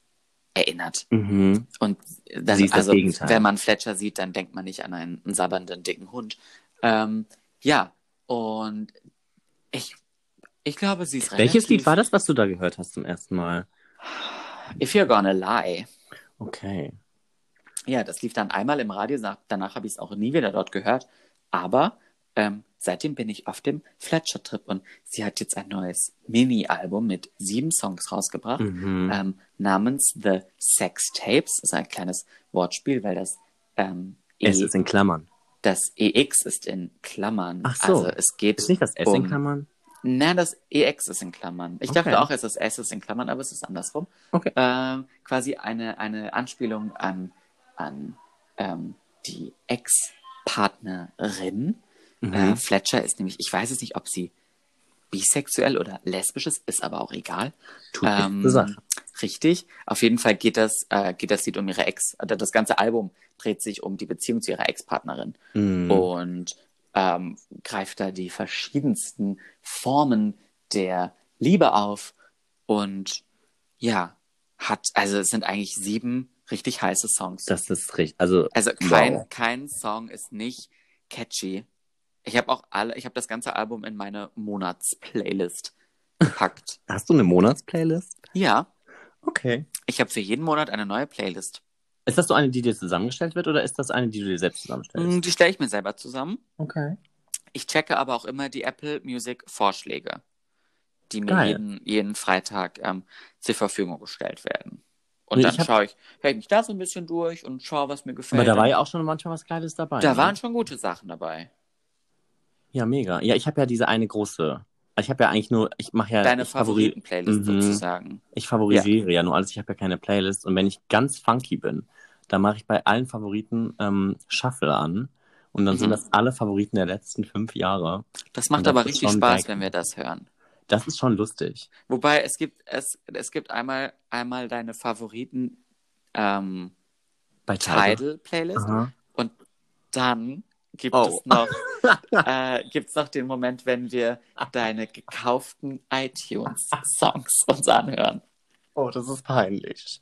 S2: erinnert.
S1: Mhm.
S2: Und das,
S1: Sie ist das
S2: also,
S1: Gegenteil.
S2: wenn man Fletcher sieht, dann denkt man nicht an einen, sabbernden, dicken Hund. Ähm, ja, und ich, ich glaube, sie ist
S1: Welches Lied war das, was du da gehört hast zum ersten Mal?
S2: If You're Gonna Lie.
S1: Okay.
S2: Ja, das lief dann einmal im Radio, nach- danach habe ich es auch nie wieder dort gehört. Aber ähm, seitdem bin ich auf dem Fletcher-Trip und sie hat jetzt ein neues Mini-Album mit sieben Songs rausgebracht.
S1: Mhm.
S2: ähm, namens The Sex Tapes. Das ist ein kleines Wortspiel, weil das, ähm, e,
S1: es ist in Klammern.
S2: das EX ist in Klammern.
S1: Ach so.
S2: Also es geht
S1: Ist nicht das S in
S2: um-
S1: Klammern?
S2: Nein, das EX ist in Klammern. Ich
S1: Okay.
S2: dachte auch, es ist S ist in Klammern, aber es ist andersrum.
S1: Okay.
S2: Ähm, quasi eine, eine Anspielung an, an ähm, die Ex-Partnerin. Äh,
S1: Mhm.
S2: Fletcher ist nämlich, ich weiß es nicht, ob sie bisexuell oder lesbisch ist, ist aber auch egal. Ähm,
S1: Tut nichts zur Sache.
S2: Richtig. Auf jeden Fall geht das, äh, geht das Lied um ihre Ex, oder das ganze Album dreht sich um die Beziehung zu ihrer Ex-Partnerin
S1: Mhm.
S2: oh. und ähm, greift da die verschiedensten Formen der Liebe auf und ja, hat, also es sind eigentlich sieben richtig heiße Songs.
S1: Das ist richtig. Also,
S2: Also kein,
S1: Wow.
S2: kein Song ist nicht catchy. Ich habe auch alle, ich habe das ganze Album in meine Monats-Playlist gepackt.
S1: hast du eine Monatsplaylist?
S2: ja,
S1: Okay.
S2: ich habe für jeden Monat eine neue Playlist.
S1: Ist das so eine, die dir zusammengestellt wird oder ist das eine, die du dir selbst zusammenstellst?
S2: Die stelle ich mir selber zusammen.
S1: Okay.
S2: Ich checke aber auch immer die Apple Music Vorschläge, die mir
S1: Geil.
S2: jeden, jeden Freitag ähm, zur Verfügung gestellt werden. Und
S1: Nee,
S2: dann
S1: ich hab-
S2: schaue ich, höre ich mich da so ein bisschen durch und schaue, was mir gefällt.
S1: Aber da war ja auch schon manchmal was Geiles dabei.
S2: Äh, Da
S1: ne?
S2: waren schon gute Sachen dabei.
S1: Ja, mega. Ja, ich habe ja diese eine große. Ich habe ja eigentlich nur, ich mache ja,
S2: Deine
S1: Äh, ich, favori
S2: Favoriten-Playlist
S1: Mhm.
S2: sozusagen.
S1: ich favorisiere ja. nur alles, ich habe ja keine Playlist. Und wenn ich ganz funky bin, dann mache ich bei allen Favoriten ähm, Shuffle an. Und dann
S2: Mhm.
S1: sind das alle Favoriten der letzten fünf Jahre.
S2: Das macht
S1: Und das
S2: aber
S1: ist
S2: richtig
S1: schon
S2: Spaß,
S1: geil.
S2: wenn wir das hören.
S1: Das ist schon lustig.
S2: Wobei es gibt es, es gibt einmal einmal deine Favoriten ähm,
S1: Bei Tidal. Ah.
S2: Tidal Playlist
S1: Aha.
S2: und dann gibt
S1: Oh.
S2: es noch äh, gibt's noch den Moment, wenn wir deine gekauften iTunes-Songs uns anhören.
S1: Oh, das ist peinlich.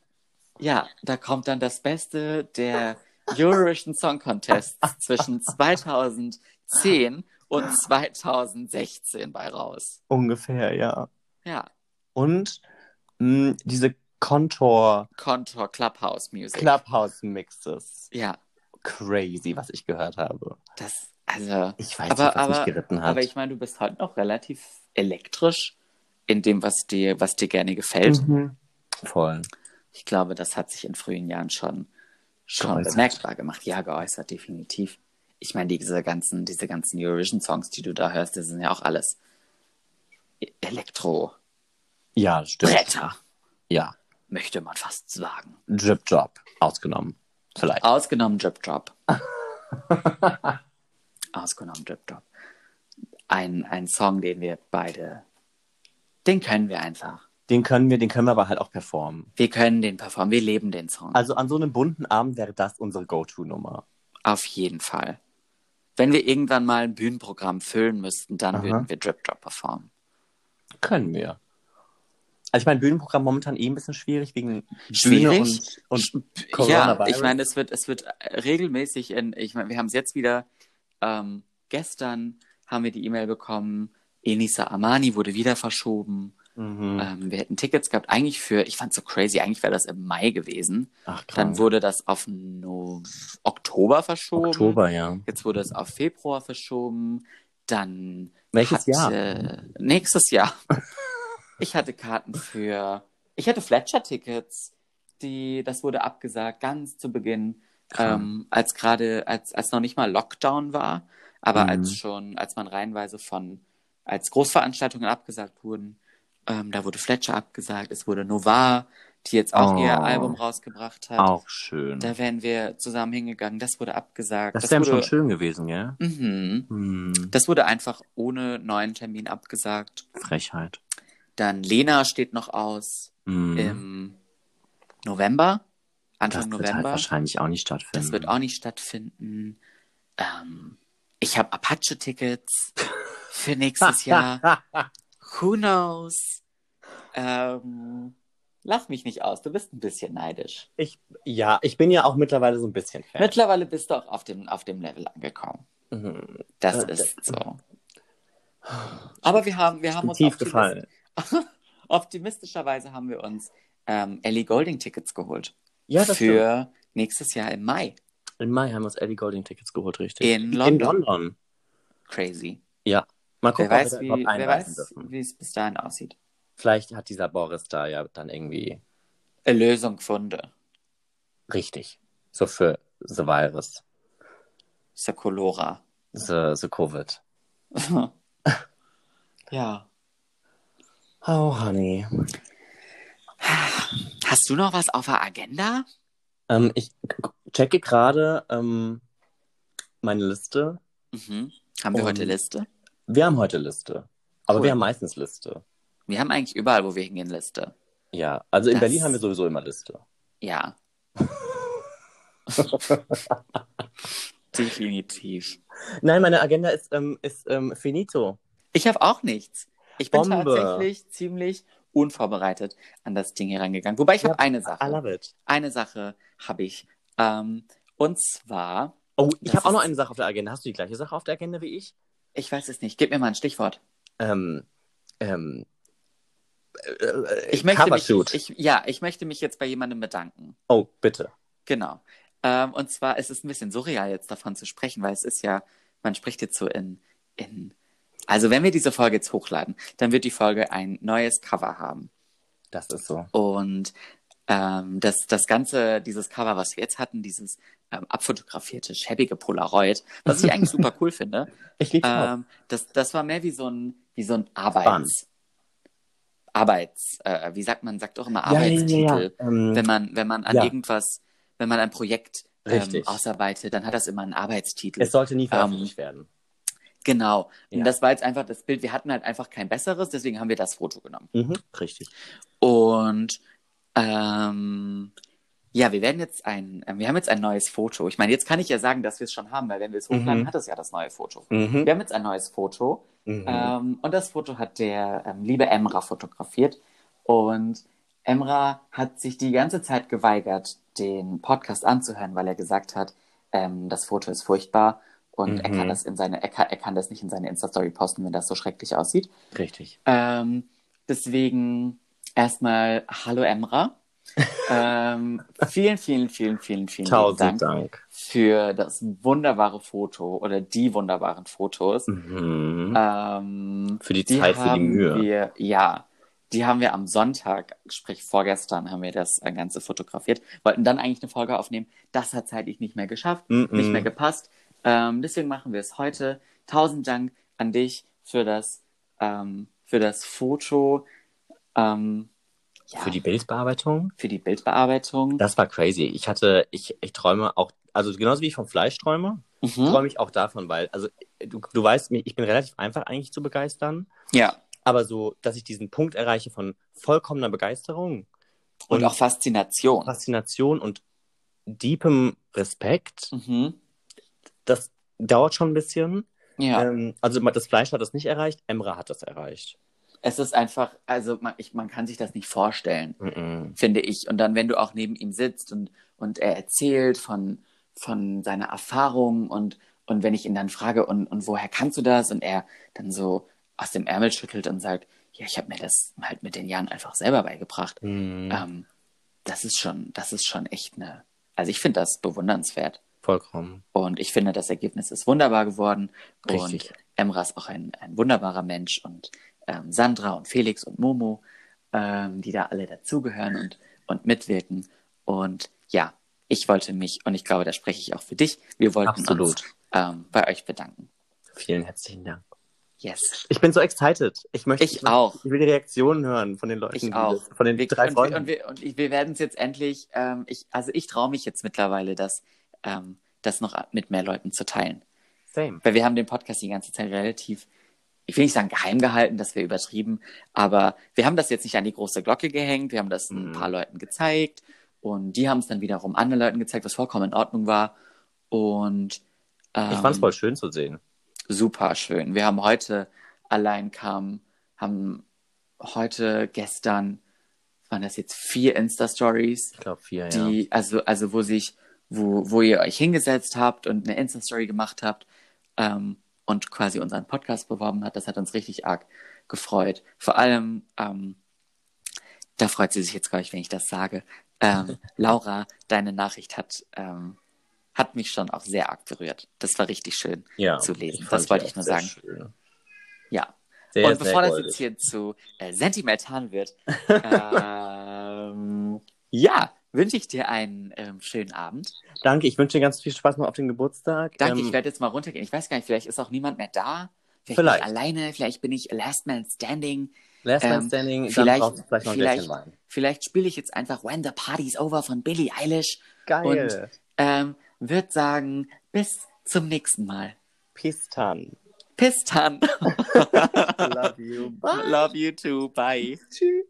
S2: Ja, da kommt dann das Beste der Eurovision Song Contest zwischen 2010 und 2016 bei raus.
S1: Ungefähr, ja.
S2: Ja,
S1: Und mh, diese Contour
S2: Contour Clubhouse Music.
S1: Clubhouse Mixes.
S2: Ja,
S1: Crazy, was ich gehört habe.
S2: das, also,
S1: Ich weiß
S2: Aber-
S1: nicht, was
S2: aber-
S1: mich geritten hat.
S2: aber ich meine, du bist heute noch relativ elektrisch in dem, was dir, was dir gerne gefällt.
S1: Mhm. Voll.
S2: Ich glaube, das hat sich in frühen Jahren schon, schon
S1: Geäußert.
S2: bemerkbar gemacht. Ja, geäußert, definitiv. Ich meine, diese ganzen, diese ganzen Eurovision-Songs, die du da hörst, das sind ja auch alles Elektro-Bretter,
S1: Ja, das stimmt. Ja.
S2: möchte man fast sagen.
S1: Drip Drop. Ausgenommen. Vielleicht.
S2: Ausgenommen Drip Drop. Ausgenommen Drip Drop. Ein, ein Song, den wir beide, den können wir einfach.
S1: Den können wir, den können wir aber halt auch performen.
S2: Wir können den performen, wir leben den Song.
S1: Also an so einem bunten Abend wäre das unsere Go-To-Nummer.
S2: Auf jeden Fall. Wenn wir irgendwann mal ein Bühnenprogramm füllen müssten, dann
S1: Aha.
S2: würden wir Drip Drop performen.
S1: Können wir. Also ich meine, Bühnenprogramm momentan eh ein bisschen schwierig wegen Bühne
S2: Schwierig.
S1: und, und
S2: Ja,
S1: Coronavirus.
S2: ich meine, es wird, es wird äh, regelmäßig in, ich meine, wir haben es jetzt wieder, ähm, gestern haben wir die E-Mail bekommen, Enisa Amani wurde wieder verschoben.
S1: Mhm.
S2: Ähm, wir hätten Tickets gehabt, eigentlich für, ich fand's so crazy, eigentlich wäre das im Mai gewesen.
S1: Ach, krass.
S2: Dann wurde das auf no Oktober verschoben.
S1: Oktober, ja.
S2: Jetzt wurde es auf Februar verschoben. Dann
S1: Welches Jahr?
S2: Äh, nächstes Jahr. ich hatte Karten für. Ich hatte Fletcher-Tickets. Die, das wurde abgesagt ganz zu Beginn,
S1: Krass.
S2: ähm, als gerade, als, als noch nicht mal Lockdown war, aber
S1: Mhm.
S2: als schon, als man reihenweise von, als Großveranstaltungen abgesagt wurden. Ähm, da wurde Fletcher abgesagt, es wurde Novar, die jetzt auch
S1: Oh.
S2: ihr Album rausgebracht hat.
S1: Auch schön.
S2: Da wären wir zusammen hingegangen, das wurde abgesagt.
S1: das wäre schon
S2: wurde,
S1: schön gewesen, gell?
S2: Mhm.
S1: Hm,
S2: Das wurde einfach ohne neuen Termin abgesagt.
S1: Frechheit.
S2: Dann Lena steht noch aus
S1: Hm,
S2: im November,
S1: das
S2: Anfang
S1: wird halt
S2: November.
S1: wahrscheinlich auch nicht stattfinden.
S2: das wird auch nicht stattfinden. Ähm, ich habe Apache-Tickets für nächstes Jahr. Who knows? Ähm, lach mich nicht aus, du bist ein bisschen neidisch.
S1: Ja, ich bin ja auch mittlerweile so ein bisschen Fan.
S2: Mittlerweile bist du auch auf dem, auf dem Level angekommen.
S1: Mhm.
S2: Das
S1: Äh,
S2: ist so. Aber wir haben, wir haben uns
S1: Tief
S2: optimistisch-
S1: gefallen.
S2: Optimistischerweise haben wir uns ähm, Ellie Golding Tickets geholt.
S1: Ja, das stimmt.
S2: für nächstes Jahr im Mai.
S1: Im Mai haben wir uns Ellie Golding Tickets geholt, richtig?
S2: In London.
S1: London.
S2: Crazy.
S1: Mal gucken,
S2: wer
S1: ob
S2: weiß,
S1: wir da
S2: wie,
S1: überhaupt
S2: wer
S1: einreisen
S2: weiß,
S1: dürfen.
S2: wie es bis dahin aussieht.
S1: Vielleicht hat dieser Boris da ja dann irgendwie
S2: Eine Äh, Lösung gefunden.
S1: richtig. So für The Virus,
S2: Ist ja Colora.
S1: The, the Covid.
S2: ja.
S1: Oh, honey.
S2: Hast du noch was auf der Agenda?
S1: Ähm, ich checke gerade ähm, meine Liste.
S2: Mhm. Haben wir
S1: Um.
S2: heute Liste?
S1: Wir haben heute Liste. Aber
S2: Cool.
S1: wir haben meistens Liste.
S2: Wir haben eigentlich überall, wo wir hingehen, Liste.
S1: Ja, also in
S2: Das-
S1: Berlin haben wir sowieso immer Liste.
S2: Ja. Definitiv.
S1: Nein, meine Agenda ist, ähm, ist ähm, finito.
S2: Ich habe auch nichts. Ich bin
S1: Bombe.
S2: tatsächlich ziemlich unvorbereitet an das Ding herangegangen. Wobei ich
S1: Ja,
S2: habe eine Sache.
S1: I love it.
S2: Eine Sache habe ich. Ähm, und zwar,
S1: Oh, ich
S2: Das
S1: habe auch noch
S2: ist-
S1: eine Sache auf der Agenda. Hast du die gleiche Sache auf der Agenda wie ich?
S2: ich weiß es nicht, gib mir mal ein Stichwort.
S1: Ähm, ähm, äh, äh,
S2: Ich möchte mich,
S1: Covershoot.
S2: ich, ja, ich möchte mich jetzt bei jemandem bedanken.
S1: oh, bitte.
S2: Genau. Ähm, und zwar, es ist ein bisschen surreal, jetzt davon zu sprechen, weil es ist ja, man spricht jetzt so in, in. Also, wenn wir diese Folge jetzt hochladen, dann wird die Folge ein neues Cover haben.
S1: Das ist so.
S2: Und ähm, das, das ganze, dieses Cover, was wir jetzt hatten, dieses ähm, abfotografierte, schäbige Polaroid, was ich eigentlich super cool finde,
S1: Ich liebe ähm,
S2: Ähm, das, das war mehr wie so ein, wie so ein Arbeits. Arbeits, äh, wie sagt man, sagt auch immer Arbeitstitel.
S1: Ähm,
S2: Wenn man, wenn man an
S1: Ja.
S2: irgendwas, wenn man ein Projekt ähm,
S1: Richtig.
S2: ausarbeitet, dann hat das immer einen Arbeitstitel.
S1: es sollte nie veröffentlicht
S2: Ähm,
S1: werden.
S2: genau. Und
S1: Ja.
S2: das war jetzt einfach das Bild. Wir hatten halt einfach kein besseres, deswegen haben wir das Foto genommen.
S1: Mhm, richtig.
S2: Und ähm, Ja, wir werden jetzt ein, äh, wir haben jetzt ein neues Foto. Ich meine, jetzt kann ich ja sagen, dass wir es schon haben, weil wenn wir es hochladen,
S1: Mhm.
S2: hat es ja das neue Foto.
S1: Mhm.
S2: Wir haben jetzt ein neues Foto.
S1: Mhm.
S2: Ähm, und das Foto hat der ähm, liebe Emra fotografiert. Und Emra hat sich die ganze Zeit geweigert, den Podcast anzuhören, weil er gesagt hat, ähm, das Foto ist furchtbar und er
S1: Mhm.
S2: kann das in seine, er kann, er kann das nicht in seine Insta-Story posten, wenn das so schrecklich aussieht.
S1: Richtig.
S2: Ähm, deswegen erstmal Hallo Emra. ähm, vielen, vielen, vielen, vielen, vielen lieben
S1: Tausend
S2: Dank
S1: Dank.
S2: für das wunderbare Foto oder die wunderbaren Fotos.
S1: Mhm.
S2: Ähm,
S1: Für die Zeit, für die
S2: Äh, haben
S1: Mühe.
S2: Wir, ja, die haben wir am Sonntag, sprich vorgestern, haben wir das äh, Ganze fotografiert. Wollten dann eigentlich eine Folge aufnehmen. Das hat zeitlich nicht mehr geschafft,
S1: Mhm.
S2: nicht mehr gepasst. Ähm, deswegen machen wir es heute. Tausend Dank an dich für das, ähm, für das Foto, ähm, ja,
S1: Für die Bildbearbeitung?
S2: für die Bildbearbeitung.
S1: Das war crazy. Ich hatte, ich, ich träume auch, also genauso wie ich vom Fleisch träume,
S2: Mhm.
S1: träume ich auch davon, weil, also du, du weißt, mich, ich bin relativ einfach eigentlich zu begeistern,
S2: Ja,
S1: aber so, dass ich diesen Punkt erreiche von vollkommener Begeisterung
S2: und, auch Faszination.
S1: Faszination und deepem Respekt,
S2: mhm.
S1: das dauert schon ein bisschen.
S2: Ja.
S1: Ähm, also das Fleisch hat das nicht erreicht, Emra hat das erreicht.
S2: Es ist einfach, also man, ich, man kann sich das nicht vorstellen,
S1: Mhm.
S2: finde ich. Und dann, wenn du auch neben ihm sitzt und, und er erzählt von, von seiner Erfahrung und, und wenn ich ihn dann frage, und, und woher kannst du das? Und er dann so aus dem Ärmel schüttelt und sagt, ja, ich habe mir das halt mit den Jahren einfach selber beigebracht.
S1: Mhm.
S2: Ähm, das ist schon, das ist schon echt eine, also ich finde das bewundernswert.
S1: Vollkommen.
S2: Und ich finde, das Ergebnis ist wunderbar geworden.
S1: Richtig.
S2: Und Emra ist auch ein, ein wunderbarer Mensch. Und ähm, Sandra und Felix und Momo, ähm, die da alle dazugehören und, und mitwirken. Und ja, ich wollte mich, und ich glaube, da spreche ich auch für dich, wir wollten uns
S1: Absolut.
S2: ähm, bei euch bedanken.
S1: Vielen herzlichen Dank.
S2: Yes.
S1: Ich bin so excited. Ich möchte
S2: Ich auch.
S1: Ich will die Reaktionen hören von den Leuten.
S2: Ich
S1: die
S2: auch.
S1: das- Von den
S2: Wir,
S1: drei
S2: und,
S1: Freunden.
S2: wir, und, wir, und ich- wir werden es jetzt endlich, ähm, ich, also ich traue mich jetzt mittlerweile, das, ähm, das noch mit mehr Leuten zu teilen.
S1: Same.
S2: weil wir haben den Podcast die ganze Zeit relativ, ich will nicht sagen geheim gehalten, das wäre übertrieben, aber wir haben das jetzt nicht an die große Glocke gehängt, wir haben das ein
S1: Mhm.
S2: paar Leuten gezeigt und die haben es dann wiederum anderen Leuten gezeigt, was vollkommen in Ordnung war und ähm,
S1: Ich fand's voll schön zu sehen.
S2: super schön. Wir haben heute allein kam, haben heute, gestern, waren das jetzt vier Insta-Stories,
S1: Ich glaube, vier, ja.
S2: die, also, also wo sich, wo, wo ihr euch hingesetzt habt und eine Insta-Story gemacht habt ähm, und quasi unseren Podcast beworben hat, das hat uns richtig arg gefreut. Vor allem, ähm, da freut sie sich jetzt, glaube ich, wenn ich das sage. Ähm, Laura, deine Nachricht hat, ähm, hat mich schon auch sehr arg berührt. Das war richtig schön
S1: ja.
S2: zu lesen.
S1: fand
S2: Das wollte
S1: die
S2: ich
S1: auch
S2: nur
S1: sehr
S2: sagen.
S1: schön.
S2: Ja.
S1: Sehr,
S2: und
S1: sehr
S2: bevor das
S1: goldig.
S2: jetzt hier zu äh, sentimental wird, ähm, ja, wünsche ich dir einen ähm, schönen Abend.
S1: Danke, ich wünsche dir ganz viel Spaß noch auf den Geburtstag.
S2: Danke,
S1: Ähm,
S2: ich werde jetzt mal runtergehen. Ich weiß gar nicht, vielleicht ist auch niemand mehr da. Vielleicht,
S1: Vielleicht.
S2: bin ich alleine, vielleicht bin ich Last Man Standing.
S1: Last
S2: ähm,
S1: Man Standing, dann
S2: vielleicht-
S1: brauchst du vielleicht noch ein
S2: vielleicht-
S1: Gläschen Wein.
S2: Vielleicht spiele ich jetzt einfach When the Party's Over von Billie Eilish.
S1: Geil.
S2: Ähm, wird sagen, bis zum nächsten Mal.
S1: Pistan.
S2: Bis dann.
S1: Love you. Bye.
S2: Love you too. Bye.
S1: Tschüss.